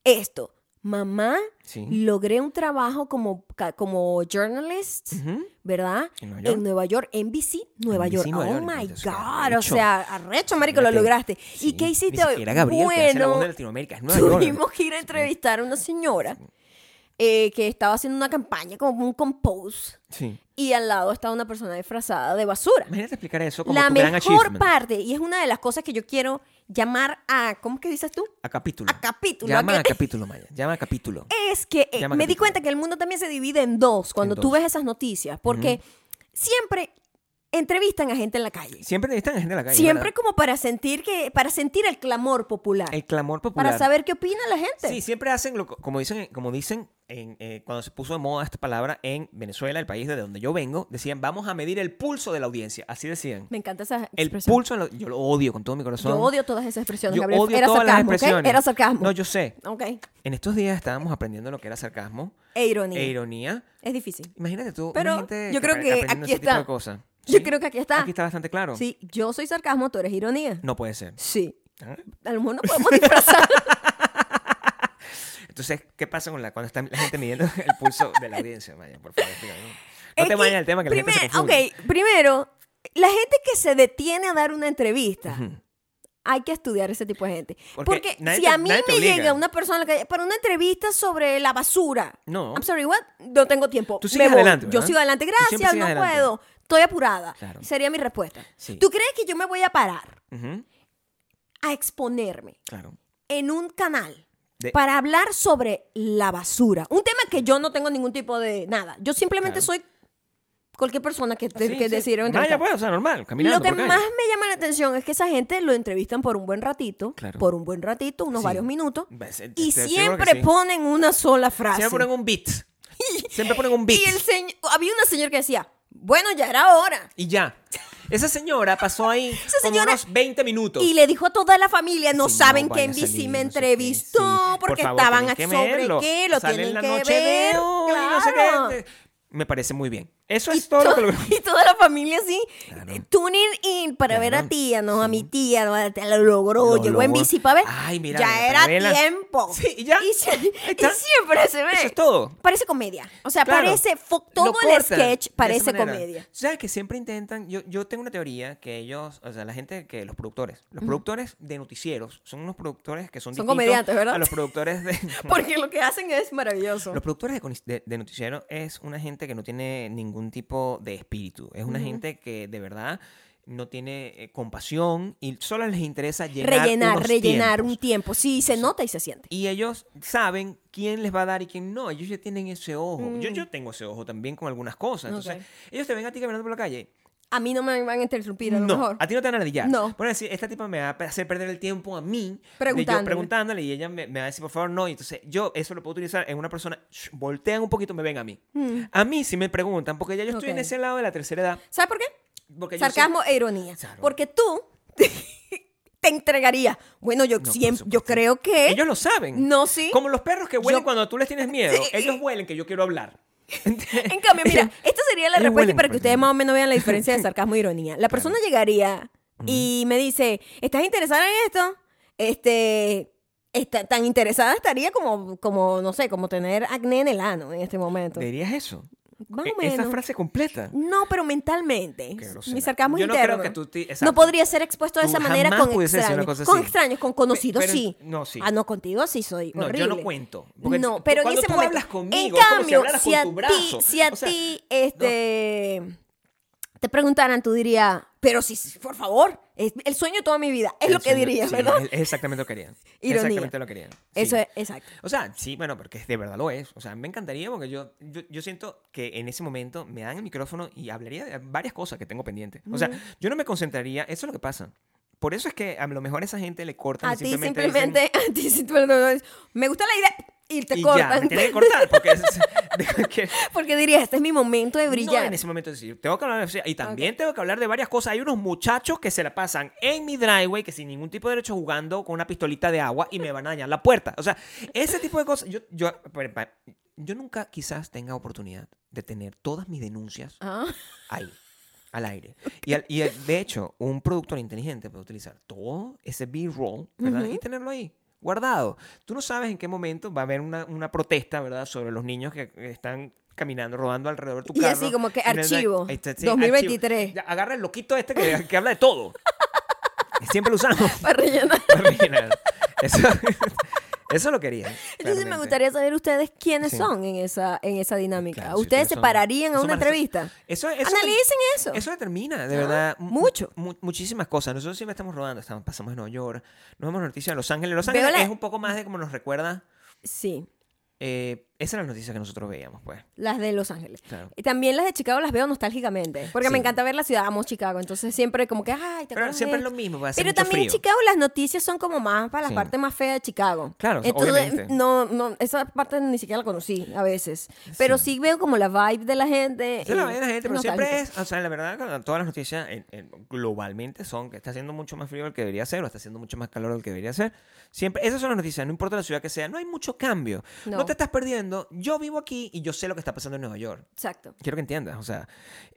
esto. Mamá, Sí. logré un trabajo como, ca- como journalist, ujú. ¿verdad? En Nueva York. En Nueva York, NBC, Nueva NBC, York. Nueva oh York, my imagínate, o sea, God. O arrecho. sea, arrecho, marico, lo Imagínate. lograste. Sí, ¿Y qué hiciste Ni hoy? siquiera Gabriel, que hace la voz de Latinoamérica. Es Nueva York. Tuvimos que ir a entrevistar a una señora eh, que estaba haciendo una campaña como un compose Sí. y al lado estaba una persona disfrazada de basura. Imagínate explicar eso como La tu gran mejor achievement. parte, y es una de las cosas que yo quiero llamar a, ¿cómo que dices tú? A capítulo. A capítulo. Llama que- a capítulo, Maya. Llama a capítulo. es que eh, Llama me di capítulo. cuenta que el mundo también se divide en dos cuando En tú dos. ves esas noticias, porque siempre entrevistan a gente en la calle. Siempre necesitan gente en la calle. siempre ¿verdad? como para sentir que para sentir el clamor popular, El clamor popular. para saber qué opina la gente. Sí, siempre hacen, lo, como dicen, como dicen en, eh, cuando se puso de moda esta palabra en Venezuela, el país de donde yo vengo, decían, vamos a medir el pulso de la audiencia. Así decían. Me encanta esa El expresión. pulso, de la- yo lo odio con todo mi corazón. Yo odio todas esas expresiones, Yo Gabriel. odio Era todas las sarcasmo, ¿ok? expresiones. Era sarcasmo. No, yo sé. Ok. En estos días estábamos aprendiendo lo que era sarcasmo E ironía. e ironía. es difícil. Imagínate tú, una Pero gente yo creo apre- que aprendiendo aquí ese tipo de está. cosas. Yo ¿Sí? creo que aquí está. Aquí está bastante claro. Sí, yo soy sarcasmo, tú eres ironía. No puede ser. Sí. Ah. A lo mejor no podemos disfrazar. Entonces, ¿qué pasa con la, cuando está la gente midiendo el pulso de la audiencia, Maya? Por favor, explícame. No Es te que vayas al tema que la gente se primer- confunde. Ok, primero, la gente que se detiene a dar una entrevista hay que estudiar ese tipo de gente. Porque Porque, nadie si te- a mí nadie te me obliga. llega una persona en la calle para una entrevista sobre la basura, No. I'm sorry, what? No tengo tiempo. Tú Me sigues voy. adelante, Yo ¿verdad? sigo adelante, Tú siempre gracias, no sigues adelante. puedo. Estoy apurada. Claro. Sería mi respuesta. Sí. ¿Tú crees que yo me voy a parar Ujú, a exponerme Claro. en un canal De- para hablar sobre la basura? Un tema que yo no tengo ningún tipo de nada. Yo simplemente Claro. soy cualquier persona que, te- Sí, que sí. decidieron Vaya, entrevistar. pues, o sea, normal, caminando. Lo que por calle. más me llama la atención es que esa gente lo entrevistan por un buen ratito, Claro. por un buen ratito, unos Sí. varios minutos, Ves, eh, y estoy seguro que siempre sí. ponen una sola frase. Siempre ponen un beat. Siempre ponen un beat. Y el señor, había una señora que decía, bueno, ya era hora. Y ya. Esa señora pasó ahí como señora- unos 20 minutos. Y le dijo a toda la familia, no Sí, saben no, quién vaya a bici salir, me no sé qué, entrevistó, sí. Por porque favor, estaban tienen que sobre verlo. qué, lo Sale en tienen la que noche ver. de hoy, no sé qué. claro. Me parece muy bien. Eso es Y todo lo que to- lo- Y toda la familia así, Claro. eh, tuning in para ver a Claro, tía, no a sí. mi tía, no, a- te lo logró, Lo llegó en logró. bici para ver. Ay, mira, ya la era telenovela. tiempo. Sí, y ya. se- Ahí y está. siempre se ve. Eso es todo. Parece comedia. O sea, Claro. parece, fo- Lo todo el cortan de sketch esa parece manera. comedia. O sea, que siempre intentan. Yo, yo tengo una teoría que ellos, o sea, la gente que los productores, los productores de noticieros, son unos productores que son, Son distintos comediantes, ¿verdad? A los productores de. Porque lo que hacen es maravilloso. Los productores de, conis- de- de noticiero es una gente que no tiene ningún tipo de espíritu. Es una gente que de verdad no tiene eh, compasión y solo les interesa llenar rellenar, unos rellenar tiempos. un tiempo. Sí, se nota y se siente. Y ellos saben quién les va a dar y quién no. Ellos ya tienen ese ojo. Yo, yo tengo ese ojo también con algunas cosas. Entonces, Mm. Ok. ellos te ven a ti caminando por la calle. A mí no me van a interrumpir, a lo no, mejor. a ti no te van a ladillar. No. Por decir, esta tipa me va a hacer perder el tiempo a mí. de Preguntándole. Yo preguntándole y ella me, me va a decir, por favor, no. Y entonces yo eso lo puedo utilizar en una persona. shh, voltean un poquito, me ven a mí. A mí sí me preguntan, porque ya yo estoy en Hmm. Ok. ese lado de la tercera edad. ¿Sabes por qué? Porque yo Sarcasmo e ironía. Claro. Porque tú te entregarías. Bueno, yo No, por siempre, yo supuesto. creo soy- que. Ellos lo saben. No, sí. Como los perros que huelen Yo- cuando tú les tienes miedo. Sí. Ellos huelen que yo quiero hablar. En cambio, mira, esta sería la Ellos respuesta huelen, para que pues, ustedes ¿no? más o menos vean la diferencia de sarcasmo e ironía. La persona llegaría y me dice, ¿estás interesada en esto? Este, está, tan interesada estaría como, como, no sé, como tener acné en el ano en este momento. ¿Dirías eso? Más E- o menos. Esa frase completa. No, pero mentalmente. Qué grosera. Mi sarcasmo es Yo no interno. creo que tú te- exacto. no podría ser expuesto de Tú esa manera jamás con pudieses decir una extraños. cosa Con así. extraños, con conocidos pero- sí. no, sí. Ah, no, contigo sí soy No, horrible. yo no cuento. Porque no, tú- pero en cuando ese tú momento. hablas conmigo, en es como si cambio, hablaras si con a tu ti, brazo. si a O sea, ti, este, te preguntaran, tú dirías, pero sí, sí, por favor, es el sueño de toda mi vida. Es lo El que sueño- dirías, sí, ¿verdad? Es es exactamente lo que querían. Ironía. Exactamente lo que querían. Eso Sí. es, exacto. O sea, sí, bueno, porque es- de verdad lo es. O sea, me encantaría porque yo, yo, yo siento que en ese momento me dan el micrófono y hablaría de varias cosas que tengo pendientes. O sea, yo no me concentraría. Eso es lo que pasa. Por eso es que a lo mejor a esa gente le cortan. A y ti dicen, simplemente, a ti simplemente, me gusta la idea y te y ya, cortan. me tienen que cortar porque es- de cualquier- Porque dirías, este es mi momento de No, brillar. en ese momento sí. Tengo que hablar de- Y también tengo que hablar de varias cosas. Hay unos muchachos que se la pasan en mi driveway, que sin ningún tipo de derecho jugando con una pistolita de agua y me van a dañar la puerta. O sea, ese tipo de cosas. Yo, yo, pa- pa- yo nunca quizás tenga oportunidad de tener todas mis denuncias Ah. ahí, al aire. Y, al- y al- de hecho, un productor inteligente puede utilizar todo ese B-roll, ¿verdad? Y tenerlo ahí. Guardado. Tú no sabes en qué momento va a haber una, una protesta, ¿verdad? Sobre los niños que que están caminando, rodando alrededor de tu Y carro. así como que En el- archivo, Ahí está, 2023. este, Ya, agarra el loquito este que, que habla de todo. Siempre lo usamos. Para rellenar. para rellenar. Eso, eso lo quería. Entonces me claramente. gustaría saber ustedes quiénes Sí. son en esa, en esa dinámica. Claro, sí, ¿Ustedes ustedes se son- pararían a son una más- entrevista? Eso, eso- Analicen eso. Eso determina, de verdad. mu- mucho. mu- muchísimas cosas. Nosotros siempre estamos rodando. Estamos, pasamos en Nueva York, nos vamos a noticias de Los Ángeles. Los Veo Ángeles la- es un poco más de como nos recuerda. Sí, eh, esa era la noticia que nosotros veíamos, pues. las de Los Ángeles. Claro. Y también las de Chicago las veo nostálgicamente. Porque me Sí. encanta ver la ciudad. Amo Chicago. Entonces siempre como que, ay, te Pero acuerdas siempre de es lo esto? mismo, pues, hace Pero mucho también frío. en Chicago las noticias son como más para la Sí. parte más fea de Chicago. Claro, o sea, Entonces, obviamente. no, no, esa parte ni siquiera la conocí a veces. Pero sí, veo como la vibe de la gente. Esa es la vaina de la y gente, pero siempre nostálgico. es, o sea, la verdad, cuando todas las noticias en- en- globalmente son que está haciendo mucho más frío del que debería ser, o está haciendo mucho más calor del que debería ser. Siempre, esas son las noticias, no importa la ciudad que sea, no hay mucho cambio. No. no te estás perdiendo. Yo vivo aquí y yo sé lo que está pasando en Nueva York. Exacto. quiero que entiendas, o sea,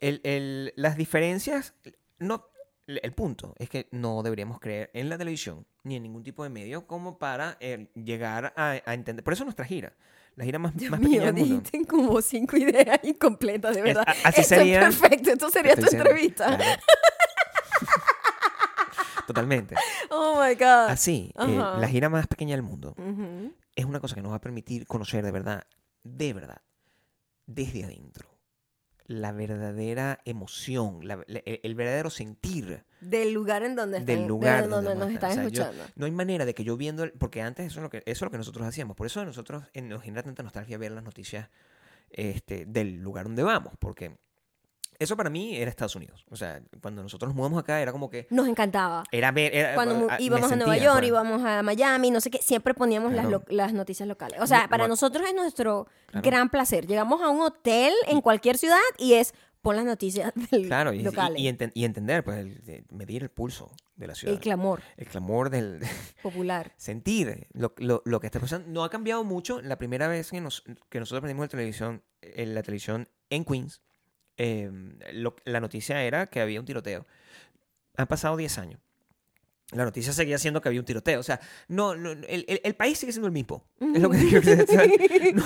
el- el- las diferencias, no, el el punto es que no deberíamos creer en la televisión ni en ningún tipo de medio como para eh, llegar a, a entender. Por eso nuestra gira, la gira más, Dios más mío, pequeña del mundo. dijiste como cinco ideas incompletas, de Es- verdad. a- así Esto sería- es perfecto, esto sería Estoy tu diciendo, entrevista. claro. Totalmente. Oh my God. Así, eh, Ajá. la gira más pequeña del mundo Ujú. es una cosa que nos va a permitir conocer de verdad, de verdad, desde adentro, la verdadera emoción, la- la- el, el verdadero sentir Del lugar en donde están, del de lugar donde, vamos nos a estar. están O sea, yo- escuchando. no hay manera de que yo viendo, el- porque antes eso es lo que, eso es lo que nosotros hacíamos, por eso a nosotros eh, nos genera tanta nostalgia ver las noticias este, del lugar donde vamos, porque eso para mí era Estados Unidos, o sea, cuando nosotros nos mudamos acá era como que... Nos encantaba. Era ver, era- Cuando mu- ah, me íbamos a Nueva sentía, York, pues. íbamos a Miami, no sé qué, siempre poníamos las, Claro. lo- las noticias locales. O sea, No, para no- nosotros es nuestro Claro. gran placer. Llegamos a un hotel en cualquier ciudad y es pon las noticias del- Claro, y, y- locales. y enten- y entender, pues, el- de medir el pulso de la ciudad. el clamor El clamor del popular. sentir lo, lo- lo que está pasando. No ha cambiado mucho. La primera vez que, nos- que nosotros prendimos la televisión, eh, la televisión en Queens, eh, lo- la noticia era que había un tiroteo. Han pasado 10 años. La noticia seguía siendo que había un tiroteo. O sea, no, no- el, el- el país sigue siendo el mismo. Es lo que digo. O sea, no,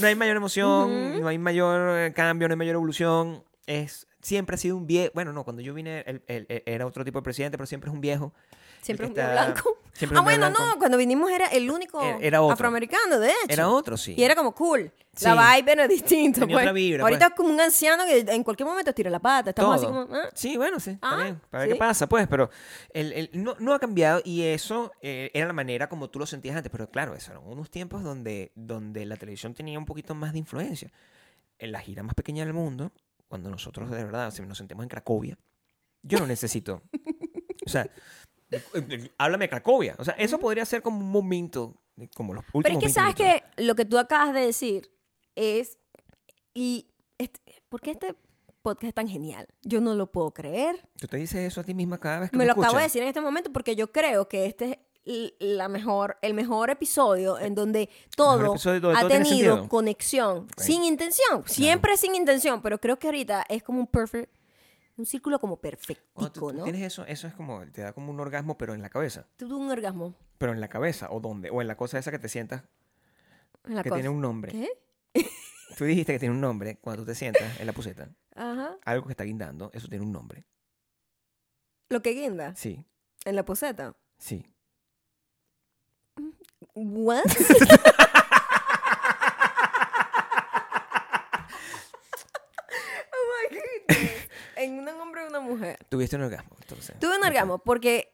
no hay mayor emoción, Ujú. no hay mayor eh, cambio, no hay mayor evolución. Es, siempre ha sido un viejo. Bueno, no, cuando yo vine el- el- el- era otro tipo de presidente, pero siempre es un viejo. Siempre El un que día está- blanco. siempre Ah, un día bueno, blanco. no, cuando vinimos era el único Era- E-, era otro. afroamericano, de hecho. Era otro, sí. Y era como cool. Sí. La vibe era distinta. Tenía pues. otra vibra, Ahorita es como un anciano que en cualquier momento tira la pata. Estamos Todo. así como. ah, Sí, bueno, sí, está Ah, bien. Para ver sí. qué pasa, pues, pero el, el- no, no ha cambiado y eso eh, era la manera como tú lo sentías antes, pero claro, esos eran unos tiempos donde, donde la televisión tenía un poquito más de influencia. En la gira más pequeña del mundo, cuando nosotros de verdad si nos sentemos en Cracovia, yo no necesito. o sea, eh, eh, háblame de Cracovia. O sea, eso podría ser como un momento, eh, como los últimos Pero es que 20 sabes minutos. que lo que tú acabas de decir es. Y. Este, ¿Por qué este podcast es tan genial? Yo no lo puedo creer. Tú te dices eso a ti misma cada vez que Me me lo acabo de escuchas. decir en este momento porque yo creo que este es l- la mejor, el mejor episodio en donde todo episodio donde ha todo tiene tenido sentido. conexión sin intención. Siempre sin intención, pero creo que ahorita es como un perfect. Un círculo como Cuando tú- perfectico, tú ¿no? tienes eso, eso es como, te da como un orgasmo, pero en la cabeza. Tuve un orgasmo Pero en la cabeza, ¿o dónde? O en la cosa esa que te sientas, en la que cosa. tiene un nombre. ¿Qué? Tú dijiste que tiene un nombre cuando tú te sientas en la puseta. Ajá. Algo que está guindando, eso tiene un nombre. Lo que guinda Sí, en la poseta. sí. ¿What? Oh my goodness. En un hombre y una mujer. Tuviste un orgasmo, entonces. Tuve un orgasmo porque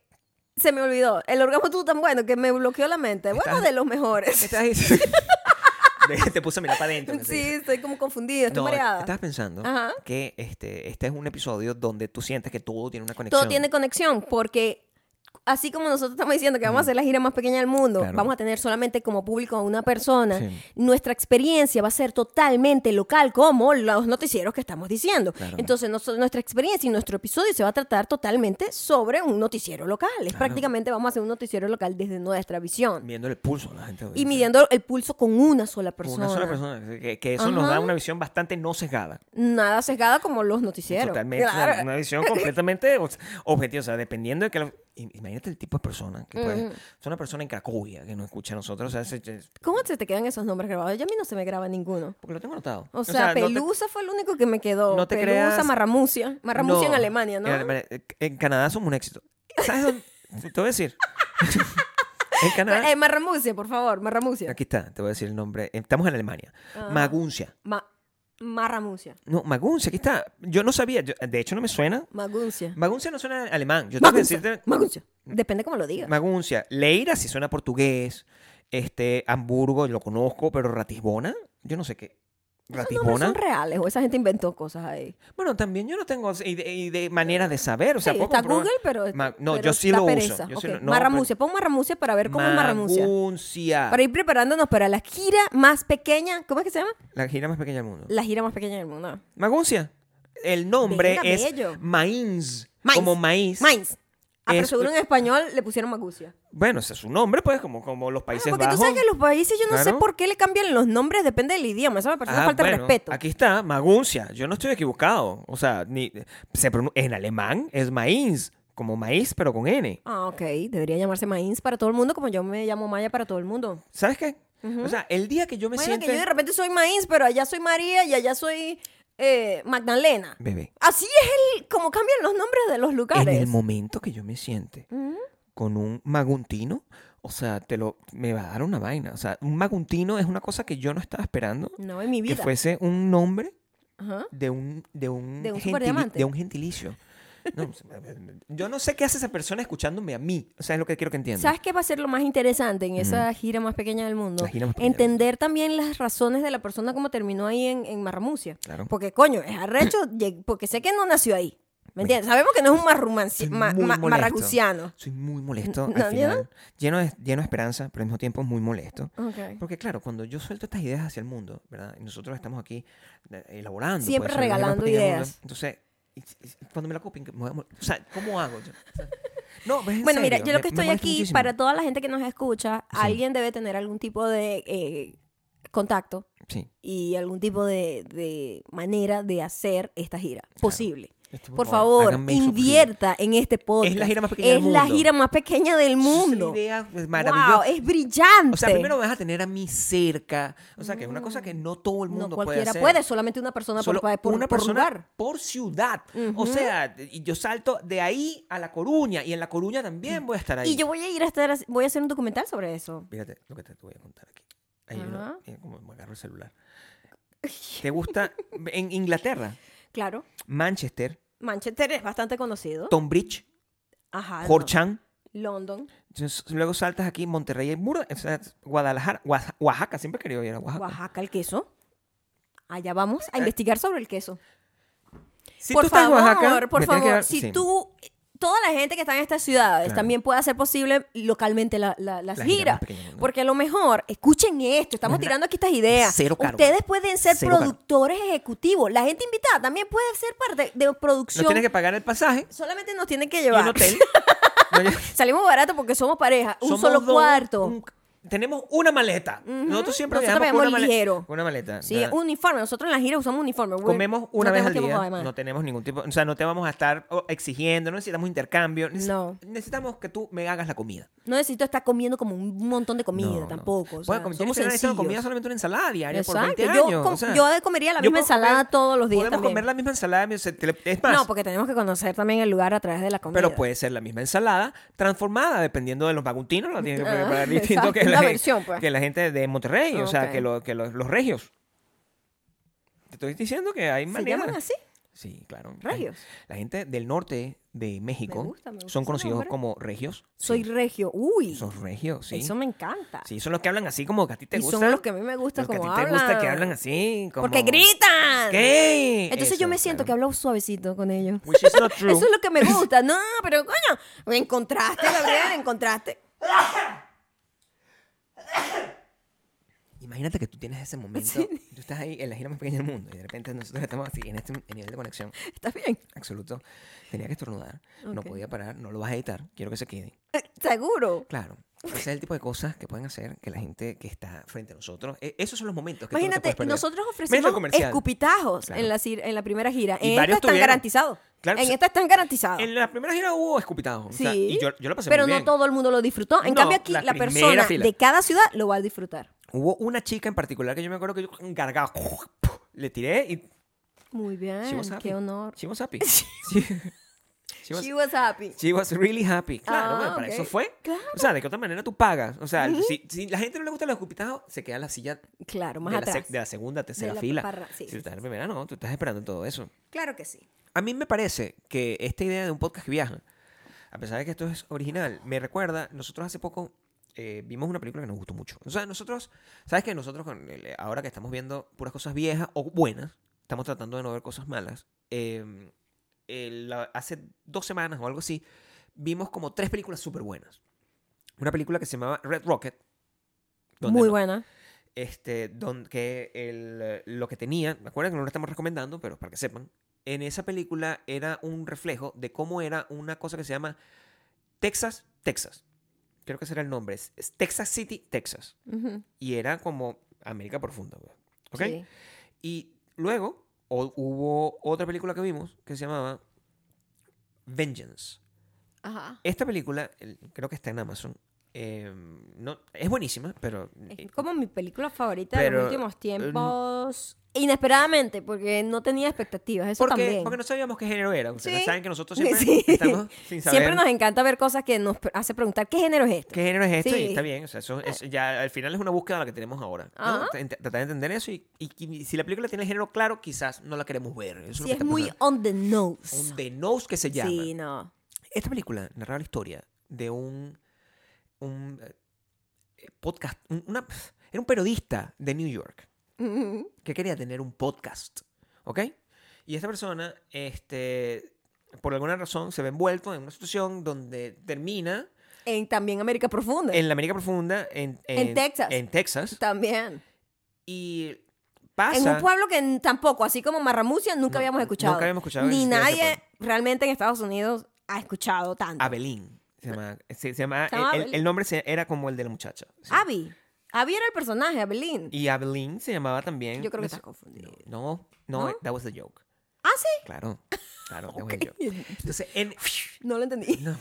se me olvidó. El orgasmo estuvo tan bueno que me bloqueó la mente. Bueno, Estás- de los mejores. ¿Qué estás diciendo? De- te puse a mirar para adentro. que Sí, sí. estoy como confundida, estoy No, mareada. estabas pensando Ajá. que este, este es un episodio donde tú sientes que todo tiene una conexión. Todo tiene conexión porque así como nosotros estamos diciendo que vamos a hacer la gira más pequeña del mundo, Mm. Claro. vamos a tener solamente como público a una persona, Sí. nuestra experiencia va a ser totalmente local como los noticieros que estamos diciendo. Claro. Entonces noso- nuestra experiencia y nuestro episodio se va a tratar totalmente sobre un noticiero local. Es prácticamente vamos a hacer un noticiero local desde nuestra visión Viendo el pulso a la gente. y midiendo el pulso con una sola Con persona. Una sola persona. Que, que eso nos Ajá. da una visión bastante no sesgada. Nada sesgada como los noticieros. Totalmente, o sea, Claro. una visión completamente o sea, objetiva, o sea, dependiendo de que... lo- im- Imagínate el tipo de persona que puede... Es una persona en Cracovia que nos escucha a nosotros, o sea, se- se- ¿Cómo se te quedan esos nombres grabados? Ya a mí no se me graba ninguno. porque lo tengo notado. O sea, no te- Pelusa fue el único que me quedó. no te Pelusa, creas- Marramucia. Marramucia en no, Alemania, ¿no? En, Alemania. Eh, en Canadá somos un éxito. ¿Sabes dónde? Te voy a decir. en Canadá... Eh, Marramucia, por favor, Marramucia. Aquí está, te voy a decir el nombre. em, Estamos en Alemania. Ah. Maguncia. Ma- Marramucia. No, Maguncia, aquí está. Yo no sabía, yo- de hecho no me suena. Maguncia. Maguncia no suena alemán. Yo tengo que Maguncia. decirte... Maguncia. Depende cómo lo digas. Maguncia. Leira sí suena portugués. Este, Hamburgo, lo conozco, pero Ratisbona, yo no sé qué. Esos nombres Ratisbona. son reales o esa gente inventó cosas ahí. Bueno, también yo no tengo y de, y de manera de saber. O sea, sí, puedo está comprobar- Google, pero. Ma- no, pero yo sí da lo uso. pereza. Yo sí Ok, lo- no, Marramucia. Pon Marramucia para ver cómo es Marramucia. Maguncia. Para ir preparándonos para la gira más pequeña. ¿Cómo es que se llama? La gira más pequeña del mundo. La gira más pequeña del mundo. Maguncia. El nombre Venga, es bello. Mainz, Mainz. Como maíz. Mainz. Ah, pero Es- seguro en español le pusieron Maguncia. Bueno, ese es su nombre, pues, como, como los Ah, Países porque Bajos. tú sabes que los países yo no sé Claro. por qué le cambian los nombres, depende del idioma. Eso me parece una Ah, falta de bueno, respeto. Aquí está, Maguncia. Yo no estoy equivocado. O sea, ni, se pronun- en alemán es maíz, como maíz, pero con N. Ah, ok. Debería llamarse Maíz para todo el mundo, como yo me llamo Maya para todo el mundo. ¿Sabes qué? O sea, el día que yo me Bueno, siente... que yo de repente soy Maíz, pero allá soy María y allá soy eh, Magdalena. Bebé. Así es el, como cambian los nombres de los lugares. En el momento que yo me siente Mm. con un maguntino, o sea, te lo, me va a dar una vaina. O sea, un maguntino es una cosa que yo no estaba esperando No, en mi que vida. fuese un nombre Ajá. de un de un, De un gentili- superdiamante. de un gentilicio. No, yo no sé qué hace esa persona escuchándome a mí. O sea, es lo que quiero que entiendan. ¿Sabes qué va a ser lo más interesante en esa gira más pequeña del mundo? La gira más pequeña. Entender también las razones de la persona como terminó ahí en, en Marramucia. Claro. Porque, coño, es arrecho, lleg- porque sé que no nació ahí. ¿Me entiendes? Sabemos que no es un marrumanci- Soy ma- muy ma- molesto. marraguciano. Soy muy molesto ¿No, al final. Lleno de, lleno de esperanza, pero al mismo tiempo muy molesto. Ok. Porque claro, cuando yo suelto estas ideas hacia el mundo, ¿verdad? Y nosotros estamos aquí eh, elaborando. Siempre pues, sobre la gira más regalando pequeña del mundo. ideas. Entonces, y- y- cuando me la copien, que me voy a mol- o sea, ¿cómo hago? yo? O sea, no, pues, en Bueno, mira, yo serio, lo me- que me estoy molesta aquí, muchísimo. para toda la gente que nos escucha, Sí. alguien debe tener algún tipo de eh, contacto Sí. y algún tipo de, de manera de hacer esta gira posible. Esto, Este, Por favor, háganme eso posible. invierta en este podcast. Es la gira más pequeña Es del la mundo. gira más pequeña del mundo. Es una idea pues, maravillosa. Wow, es brillante. O sea, primero me vas a tener a mí cerca. O sea, que es una cosa que no todo el mundo no puede cualquiera hacer. puede, solamente una persona Solo por, por, una por persona lugar. por ciudad. O sea, y yo salto de ahí a La Coruña. Y en La Coruña también voy a estar ahí. Mm. Y yo voy a ir a estar, voy a hacer un documental sobre eso. Fíjate lo que te voy a contar aquí. Ahí Ajá. uno- mira cómo me agarro el celular. ¿Te gusta? En Inglaterra, Claro. Manchester, Manchester es bastante conocido. Tonbridge, Ajá. Oh. Ah, no. Horcham. London, Entonces, luego saltas aquí, Monterrey, el muro, o sea, Guadalajara, Oaxa- Oaxaca. Siempre he querido ir a Oaxaca. Oaxaca, el queso. Allá vamos a investigar sobre el queso. Eh, Si por tú estás en favor, Oaxaca, por me tienes que favor, dar- si sí. tú, toda la gente que está en estas ciudades Claro. también puede hacer posible localmente la- la- las La gira giras. más pequeña del mundo. Porque a lo mejor, escuchen esto, estamos No es na- tirando aquí estas ideas. Cero caro. Ustedes pueden ser Cero caro. productores ejecutivos. La gente invitada también puede ser parte de No producción. tienes que pagar el pasaje Solamente nos tienen que y llevar. un hotel. No, ya- Salimos barato porque somos pareja, un somos solo dos, cuarto. un- tenemos una maleta. Nosotros siempre Nosotros viajamos con viajamos una male- ligero. con Una maleta. Sí, ¿no? uniforme. Nosotros en la gira usamos uniforme. We're- Comemos una no vez tenemos al tiempo para día. demás. No tenemos ningún tipo. O sea, no te vamos a estar oh, exigiendo, no necesitamos intercambio. Nece- No. Necesitamos que tú me hagas la comida. No necesito estar comiendo como un montón de comida No, no. tampoco. O sea, Bueno, como yo somos estoy analizando sencillos. comida solamente una ensalada diaria por 20 Exacto. años. Yo, com- o sea, yo comería la yo misma puedo comer- ensalada todos los días Podemos también. comer la misma ensalada. o sea, te le- Es más, No, porque tenemos que conocer también el lugar a través de la comida. Pero puede ser la misma ensalada transformada, dependiendo de los maguntinos, lo tienen que Ah, preparar distinto que exacto, la, una gen- versión, pues. que la gente de Monterrey, o sea, Ok. que, lo- que los, los regios. Te estoy diciendo que hay ¿Se maneras. llaman así? Sí, claro. La- Regios. La gente del norte de México Me gusta, me gusta son ese conocidos nombre. como regios. Soy Sí, regio. Uy, Son regios, sí. eso me encanta. Sí, son los que hablan así como que a ti te y gusta. son los que a mí me gusta los que a como ti te hablan. gusta que hablan así. Como... Porque gritan. ¿Qué? Entonces yo me siento que hablo suavecito con ellos. Which is not true. Eso es lo que me gusta. No, pero coño, me encontraste, Gabriel, encontraste. Imagínate que tú tienes ese momento, tú estás ahí en la gira más pequeña del mundo y de repente nosotros estamos así en este nivel de conexión ¿Estás bien? absoluto. Tenía que estornudar, no Ok. podía parar, no lo vas a editar, quiero que se quede. Seguro. Claro, ese es el tipo de cosas que pueden hacer que la gente que está frente a nosotros, e- esos son los momentos que tú no te Imagínate, puedes perder. nosotros Menos el ofrecemos comercial. escupitajos Claro. en, la, cir- en la primera gira. Y En esta varios están tuvieron. garantizados. Claro, en se- esta están garantizados. En la primera gira hubo escupitados, o sí, sea, y yo, yo lo pasé pero muy no bien. todo el mundo lo disfrutó. En No, cambio aquí, la la, primera persona fila. de cada ciudad lo va a disfrutar. Hubo una chica en particular que yo me acuerdo que yo encargaba, le tiré y... Muy She bien, was happy. qué honor. She was happy. She- she was- She was happy. She was really happy. Claro, Ah, bueno, para ok. eso fue. Claro. O sea, de qué otra manera tú pagas. O sea, si, si la gente no le gusta los escupitados, se queda en la silla Claro, más de, la, atrás. sec- de la segunda, tercera la fila. parra- sí, si sí, tú estás en la primera, no, tú estás esperando todo eso. Claro que sí. A mí me parece que esta idea de un podcast que viaja, a pesar de que esto es original, me recuerda, nosotros hace poco eh, vimos una película que nos gustó mucho. O sea, nosotros, ¿sabes que Nosotros con el- ahora que estamos viendo puras cosas viejas o buenas, estamos tratando de no ver cosas malas. eh, el- la- hace dos semanas o algo así, vimos como tres películas súper buenas. Una película que se llamaba Red Rocket. donde Muy no- buena. este, don, que el, eh, lo que tenía, me acuerdo que no lo estamos recomendando, pero para que sepan, en esa película era un reflejo de cómo era una cosa que se llama Texas, Texas. Creo que ese era el nombre. Es, es Texas City, Texas. Ujú, Y era como América Profunda, güey. ¿Ok? sí. Y luego o- hubo otra película que vimos que se llamaba Vengeance. Ajá. Esta película, el- creo que está en Amazon, eh, no, es buenísima, pero... Es como mi película favorita de Pero, los últimos eh, tiempos. Inesperadamente, porque no tenía expectativas. Eso porque, también. porque no sabíamos qué género era. Ustedes Sí. saben que nosotros siempre Sí. estamos sin saber Siempre nos encanta ver cosas que nos pre- hace preguntar qué género es este? esto. qué género es esto Sí. Eh. y está bien. O sea, eso es- ya al final es una búsqueda la que tenemos ahora. ¿no? Ajá. Ent- Tratar de entender eso y, y- y si la película tiene el género claro, quizás no la queremos ver. Eso es lo Sí, que es está muy pasando. on the nose. On the nose que se llama. Sí, no. Esta película narraba la historia de un, un eh, podcast, un- una, era un periodista de New York que quería tener un podcast, ¿ok? Y esta persona, este, por alguna razón, se ve envuelto en una situación donde termina En también América Profunda. en la América Profunda, en, En Texas. en Texas, También. y en pasa... un pueblo que n- tampoco, así como Marramucia, nunca Ah, No, habíamos nunca escuchado. habíamos escuchado Ni existir ese nadie pueblo. realmente en Estados Unidos ha escuchado tanto. Abelín. Se llama, se, se llama- Se llama Ah, el- el, Abelín. el nombre se- era como el de la muchacha. sí. Abby. Abby era el personaje, Abelín. Y Abelín se llamaba también... Yo creo que no sé- estás confundido. No, no, ¿No? that was the joke. Ah, sí. Claro, claro, that was the joke. Entonces, en... No lo entendí. No,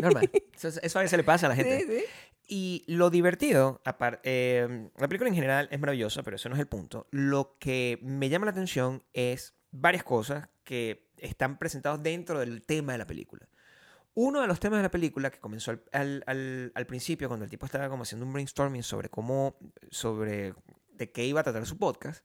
normal. Eso, eso a veces le pasa a la gente. Sí, sí. Y lo divertido, apar- eh, la película en general es maravillosa, pero eso no es el punto. Lo que me llama la atención es varias cosas que están presentadas dentro del tema de la película. Uno de los temas de la película que comenzó al, al- al- al principio, cuando el tipo estaba como haciendo un brainstorming sobre cómo, sobre de qué iba a tratar su podcast,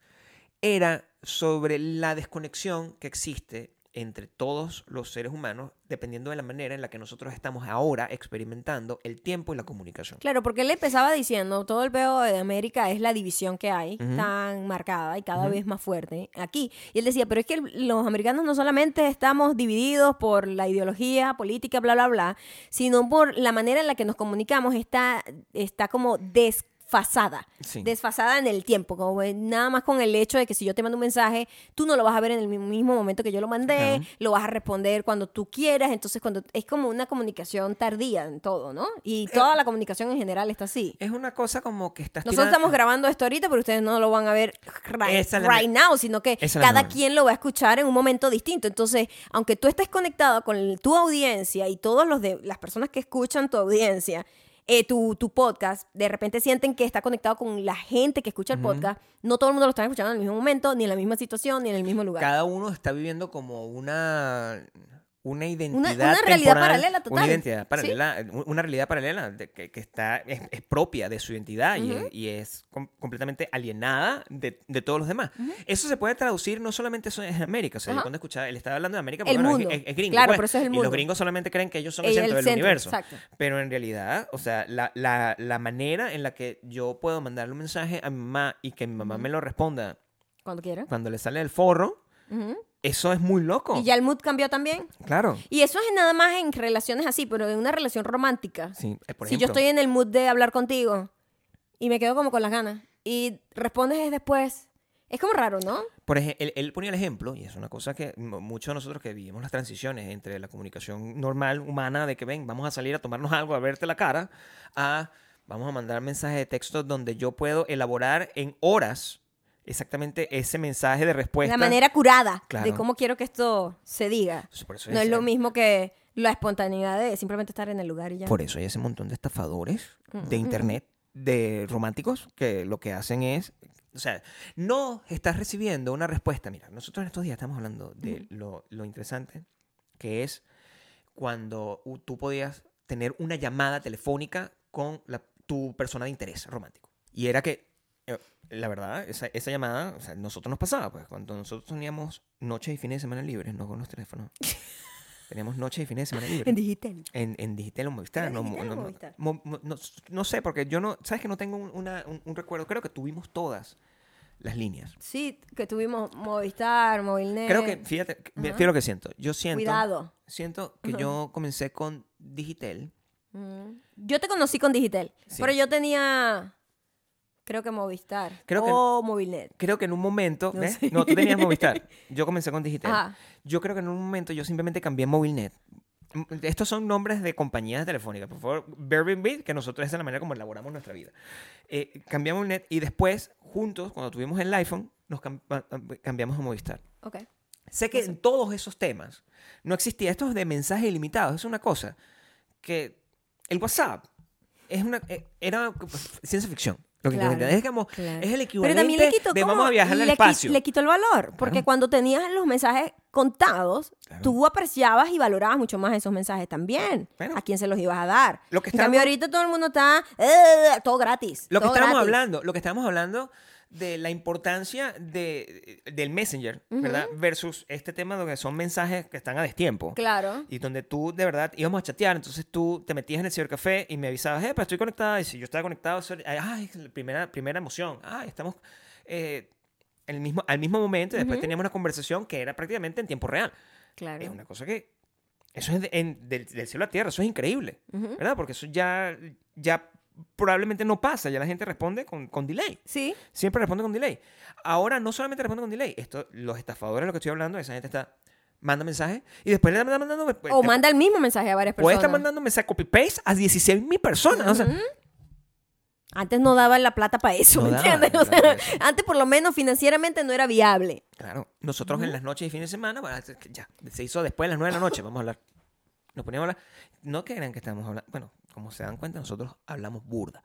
era sobre la desconexión que existe entre todos los seres humanos, dependiendo de la manera en la que nosotros estamos ahora experimentando el tiempo y la comunicación. Claro, porque él empezaba diciendo, todo el peo de América es la división que hay, tan marcada y cada vez más fuerte aquí. Y él decía, pero es que el- los americanos no solamente estamos divididos por la ideología política, bla, bla, bla, sino por la manera en la que nos comunicamos está, está como desfasada. Sí. Desfasada en el tiempo, como eh, nada más con el hecho de que si yo te mando un mensaje, tú no lo vas a ver en el mi- mismo momento que yo lo mandé, Claro. lo vas a responder cuando tú quieras, entonces cuando es como una comunicación tardía en todo, ¿no? Eh, Y toda la comunicación en general está así. Es una cosa como que estás Nosotros tirando- estamos grabando esto ahorita, pero ustedes no lo van a ver right, Esa es la right me- now, sino que esa es la cada mejor. quien lo va a escuchar en un momento distinto. Entonces, aunque tú estés conectado con el- tu audiencia y todas los de, las personas que escuchan tu audiencia, eh, tu, tu podcast, de repente sienten que está conectado con la gente que escucha el podcast, no todo el mundo lo está escuchando en el mismo momento, ni en la misma situación, ni en el mismo lugar. Cada uno está viviendo como una una identidad realidad temporal, paralela total. una identidad paralela un- una realidad paralela de que, que está es, es propia de su identidad y es- y, es, com- completamente alienada de, de todos los demás eso se puede traducir no solamente eso es en América o sea yo Ajá. cuando escuchaba él estaba hablando de América El porque, bueno, mundo. es, es- es gringo Claro, pues, pero eso es el y mundo. los gringos solamente creen que ellos son Eh, el centro del centro, universo Exacto. pero en realidad, o sea, la, la- la manera en la que yo puedo mandarle un mensaje a mi mamá y que mi mamá me lo responda Cuando quiera. cuando le sale el forro, Ujú. eso es muy loco. Y ya el mood cambió también. Claro. Y eso es nada más en relaciones así, pero en una relación romántica. Sí, eh, por si yo ejemplo, estoy en el mood de hablar contigo y me quedo como con las ganas y respondes es después, es como raro, ¿no? por ej- él, él ponía el ejemplo, y es una cosa que mo- muchos de nosotros que vivimos las transiciones entre la comunicación normal, humana, de que ven, vamos a salir a tomarnos algo, a verte la cara, a vamos a mandar mensajes de texto donde yo puedo elaborar en horas exactamente ese mensaje de La respuesta. manera curada de Pues Claro. cómo quiero que esto se diga. Por eso No es lo decía- mismo que la espontaneidad de simplemente estar en el lugar y ya. Mm, Por eso hay ese montón de estafadores de internet, de románticos, que lo que hacen es. O sea, no estás recibiendo una respuesta. Mira, nosotros en estos días estamos hablando de lo, lo interesante que es cuando u- tú podías tener una llamada telefónica con la- tu persona de interés romántico. Y era que, eh, la verdad, esa, esa llamada, o sea, nosotros nos pasaba, pues, cuando nosotros teníamos noches y fines de semana libres, no con los teléfonos. teníamos noches y fines de semana libres. En digital. En, en digital o Movistar. ¿Era No, digital no, o no, Movistar? mo- mo- no s- no sé, porque yo no. ¿Sabes que no tengo un, una- un- un recuerdo? Creo que tuvimos todas las líneas. Sí, que tuvimos Movistar, Movilnet. Creo que, fíjate, que- mira, Eh, Ajá. fíjate lo que siento. Yo siento. Cuidado. Siento que yo comencé con digital. Mm. Yo te conocí con Digital, Sí. pero yo tenía, creo que Movistar Creo que- o Movilnet. Creo que en un momento. No ¿ves? sé. No, tú tenías Movistar. Yo comencé con digital. Ajá. Yo creo que en un momento yo simplemente cambié Movilnet. M- Estos son nombres de compañías telefónicas. Por favor, bear with me, que nosotros esa es la manera como elaboramos nuestra vida. Eh, cambié a Movilnet y después, juntos, cuando tuvimos el iPhone, nos cam- pa- cambiamos a Movistar. Ok. Sé Pues que en todos esos temas no existía esto de mensajes ilimitados. Es una cosa que el WhatsApp es una, eh, era pues, ciencia ficción. Lo que Claro, intenté. es como, claro. es el Pero equivalente también le quitó de como- vamos a viajar al le qui- espacio. Le quitó el valor, porque Claro. cuando tenías los mensajes contados, Claro. tú apreciabas y valorabas mucho más esos mensajes también. Bueno. ¿A quién se los ibas a dar? Lo que en cambio, estábamos- ahorita todo el mundo está eh, todo gratis. Lo que todo estábamos gratis. hablando, lo que estábamos hablando de la importancia de, eh, del messenger, ¿verdad? Versus este tema donde son mensajes que están a destiempo. Claro. Y donde tú de verdad íbamos a chatear, entonces tú te metías en el cibercafé y me avisabas, eh, pero estoy conectada. Y si yo estaba conectado, eso- ay, la primera, primera emoción. Ay, estamos eh, en el mismo, al mismo momento y después teníamos una conversación que era prácticamente en tiempo real. Claro. Es una cosa que. Eso es de- en- del, del cielo a la tierra, eso es increíble. Ujú. ¿Verdad? Porque eso ya, ya probablemente no pasa, ya la gente responde con, con delay. Sí. Siempre responde con delay. Ahora no solamente responde con delay, esto, los estafadores, lo que estoy hablando, esa gente está. Manda mensaje y después le anda mandando. pues, o te- manda el mismo mensaje a varias Puede personas. estar mandando mensaje copy-paste a 16 mil personas. o sea, Antes no daba la plata para eso, No ¿me daba la entiendes? O plata sea, pa' eso. antes por lo menos financieramente no era viable. Claro, nosotros en las noches y fines de semana, bueno, es que ya, se hizo después de las 9 de la noche, vamos a hablar. Nos poníamos a hablar. No crean que estamos hablando, bueno, como se dan cuenta, nosotros hablamos burda,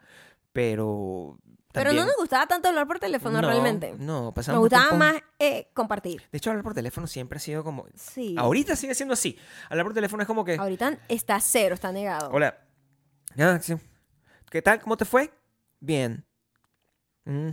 pero... Pero no también- nos gustaba tanto hablar por teléfono no, realmente. No, Nos pasamos gustaba tiempo- más eh, compartir. De hecho, hablar por teléfono siempre ha sido como... Sí. Ahorita sigue siendo así. Hablar por teléfono es como que... Ahorita está cero, está negado. Hola. Ah, sí. ¿Qué tal? ¿Cómo te fue? Bien. Mm.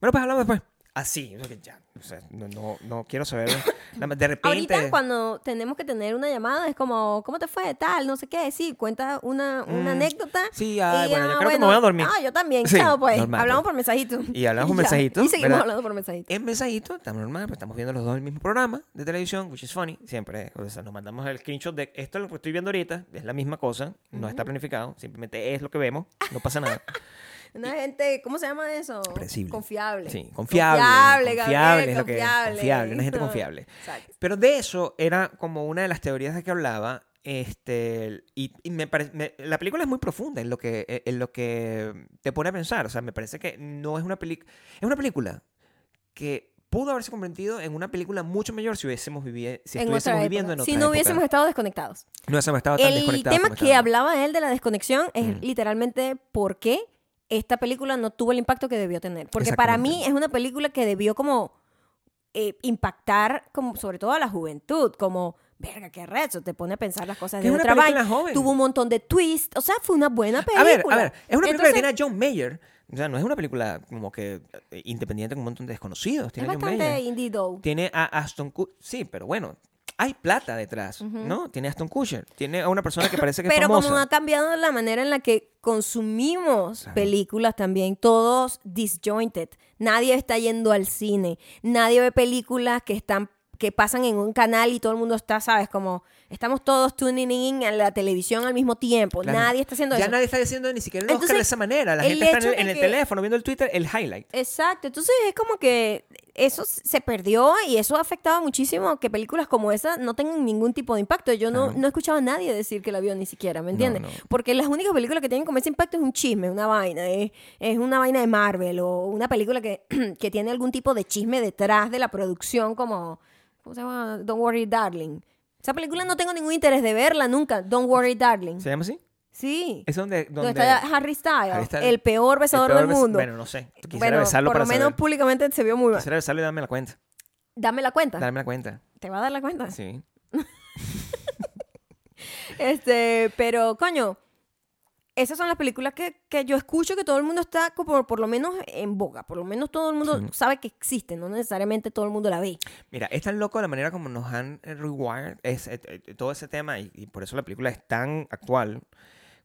Bueno, pues hablamos después. Así, o sea, que ya, o sea, no, no, no quiero saber. la- De repente... Ahorita cuando tenemos que tener una llamada es como, ¿cómo te fue? Tal, no sé qué. Sí, cuenta una, una Mm, anécdota. Sí, ay, Y, bueno, yo ah, creo que me bueno, voy a dormir. Ah, yo también. Sí, Chao, pues. normal, hablamos pues. por mensajito. Y hablamos por ya. mensajito, Y seguimos ¿verdad? hablando por mensajito. En mensajito, estamos normal, pero estamos viendo los dos el mismo programa de televisión, which is funny, siempre. O sea, nos mandamos el screenshot de esto es lo que estoy viendo ahorita, es la misma cosa, no está planificado, simplemente es lo que vemos, no pasa nada. Una gente, ¿cómo se llama eso? Predecible. Confiable. Sí, confiable. Confiable, confiable Gabriel, es lo que es, confiable. confiable, una gente Eso. confiable. Exacto. Pero de eso era como una de las teorías de que hablaba. Este, y y me pare- me- la película es muy profunda en lo, que, e, en lo que te pone a pensar. O sea, me parece que no es una película. Es una película que pudo haberse convertido en una película mucho mayor si hubiésemos vivido, si En otra estuviésemos viviendo época. en otra si no época. hubiésemos estado desconectados. No hubiésemos estado tan El desconectados tema como que estábamos. hablaba él de la desconexión es Mm. literalmente por qué esta película no tuvo el impacto que debió tener. Porque para mí Exactamente. es una película que debió como eh, impactar como, sobre todo a la juventud, como, verga, qué rezo, te pone a pensar las cosas Que de es una otra película vaina. joven. Tuvo un montón de twists, o sea, fue una buena película. A ver, a ver, es una película Entonces, que tiene a John Mayer. O sea, no es una película como que eh, independiente con un montón de desconocidos. Es Tiene a John bastante Mayer. indie though. Tiene a Aston Kutcher. Sí, pero bueno, hay plata detrás, ¿no? Tiene a Aston Kutcher. Tiene a una persona que parece que es Pero famosa. como ha cambiado la manera en la que consumimos películas también, todos disjointed. Nadie está yendo al cine, nadie ve películas que están que pasan en un canal y todo el mundo está, sabes, como estamos todos tuning in a la televisión al mismo tiempo. Claro. Nadie está haciendo ya eso. nadie está diciendo ni siquiera el Entonces, Oscar de esa manera. La el gente está en hecho el, en de el que- teléfono viendo el Twitter, el highlight. Exacto, entonces es como que eso se perdió y eso ha afectado muchísimo que películas como esa no tengan ningún tipo de impacto. Yo no, Claro. no he escuchado a nadie decir que la vio ni siquiera, ¿me entiendes? no. Porque las únicas películas que tienen como ese impacto es un chisme, una vaina, es, es una vaina de Marvel o una película que, que tiene algún tipo de chisme detrás de la producción como, ¿cómo se llama? Don't Worry Darling. Esa película no tengo ningún interés de verla nunca, Don't Worry Darling. ¿Se llama así? Sí. Es donde. donde Donde está Harry Styles, Harry Styles, el peor el peor besador del bes- mundo. Bueno, no sé. Quisiera Bueno, besarlo por para lo menos saber. públicamente se vio muy mal. Quisiera besarlo y darme la cuenta. Dame la cuenta. Darme la cuenta. Te va a dar la cuenta. Sí. Este, pero coño, esas son las películas que, que yo escucho que todo el mundo está como por lo menos en boga, por lo menos todo el mundo sabe que existe, no necesariamente todo el mundo la ve. Mira, es tan loco la manera como nos han eh, rewired es, eh, eh, todo ese tema y, y por eso la película es tan actual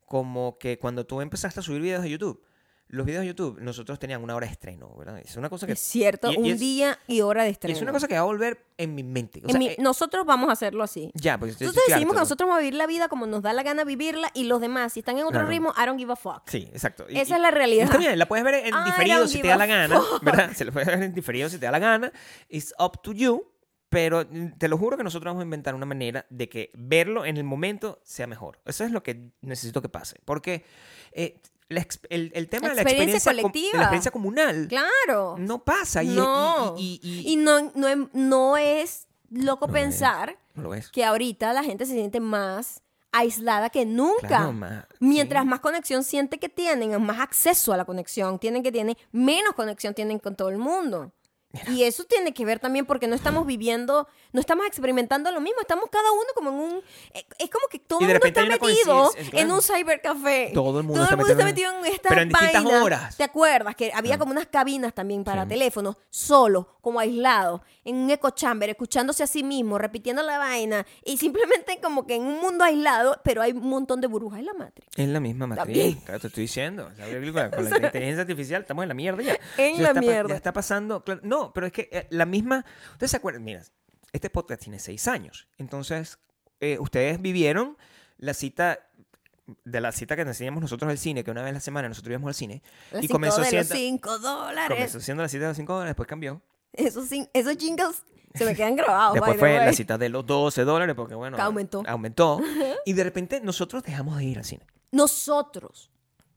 como que cuando tú empezaste a subir videos de YouTube, los videos de YouTube nosotros tenían una hora de estreno, ¿verdad? Es una cosa que Es cierto, y- y un es- día y hora de y estreno. es una cosa que va a volver en mi mente. O En sea, mi- eh, nosotros vamos a hacerlo así. ya, porque estoy- Nosotros estoy decidimos que harto. nosotros vamos a vivir la vida como nos da la gana vivirla y los demás, si están en otro Claro. ritmo, I don't give a fuck. Sí, exacto. Y- Esa y- es la realidad. Ah, y Está bien, la puedes ver I en don't diferido si give te da a la gana, ¿verdad? Se la puedes ver en diferido si te da la gana. It's up to you. Pero mm, te lo juro que nosotros vamos a inventar una manera de que verlo en el momento sea mejor. Eso es lo que necesito que pase. Porque eh, la ex- el, el tema La de la experiencia experiencia com- de colectiva. la experiencia comunal Claro. no pasa. Y, no. y- y- y- Y no, no, em- no es loco No es. pensar no lo es. que ahorita la gente se siente más aislada que nunca. Claro, ma- Mientras sí. más conexión siente que tienen, más acceso a la conexión tienen que tienen, menos conexión tienen con todo el mundo. Y eso tiene que ver también porque no estamos viviendo, no estamos experimentando lo mismo, estamos cada uno como en un... eh, Es como que todo Y el de mundo repente está hay una metido coincidencia, claro. en un cybercafé. Todo el mundo está está metido metido en- en esta pero en distintas vaina. horas. ¿Te acuerdas? Que había como unas cabinas también para teléfonos, solos, como aislados, en un eco chamber, escuchándose a sí mismo, repitiendo la vaina, y simplemente como que en un mundo aislado, pero hay un montón de burbujas en la matriz. Es la misma matriz. También. Claro, te estoy diciendo. La película, con la inteligencia artificial estamos en la mierda ya. En Eso la está pa- mierda. Ya está pasando. claro. no, pero es que eh, la misma. Ustedes se acuerdan. Mira, este podcast tiene seis años. Entonces, eh, ustedes vivieron la cita. De la cita que nos hacíamos nosotros al cine, que una vez a la semana nosotros íbamos al cine. Los y cinco comenzó de los siendo, 5 dólares. comenzó siendo la cita de los cinco dólares, después cambió. Esos, cin- esos jingles se me quedan grabados. Después Oh, by the fue la way. cita de los 12 dólares, porque bueno. Que aumentó. Aumentó. Y de repente nosotros dejamos de ir al cine. Nosotros.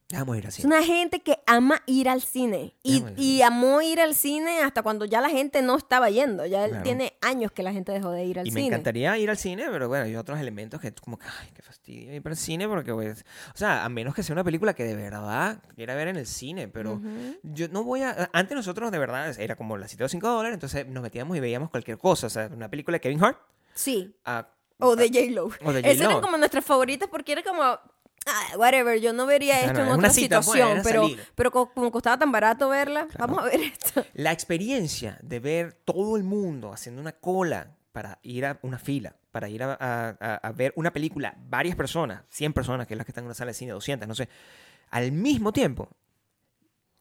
Dejamos de ir al Es cine. una gente que ama ir al cine. Y, Ama ir al y amó ir al cine hasta cuando ya la gente no estaba yendo. Ya él Claro. tiene años que la gente dejó de ir al Y me cine. encantaría ir al cine, pero bueno, hay otros elementos que como que, ay, qué fastidio ir para el cine porque, pues, o sea, a menos que sea una película que de verdad quiera ver en el cine, pero yo no voy a... Antes nosotros de verdad era como la cita de 5 dólares, entonces nos metíamos y veíamos cualquier cosa, o sea, una película de Kevin Hart ah, Sí. a... O de J-Lo. O de Esas eran J.Lo. como nuestras favoritas porque era como. ah, whatever, yo no vería esto Claro, en es otra una cita, pues, situación, era pero, salir. pero co- como costaba tan barato verla, vamos a ver esto. La experiencia de ver todo el mundo haciendo una cola para ir a una fila, para ir a, a- a- a ver una película, varias personas, 100 personas, que es las que están en una sala de cine, 200, no sé, al mismo tiempo,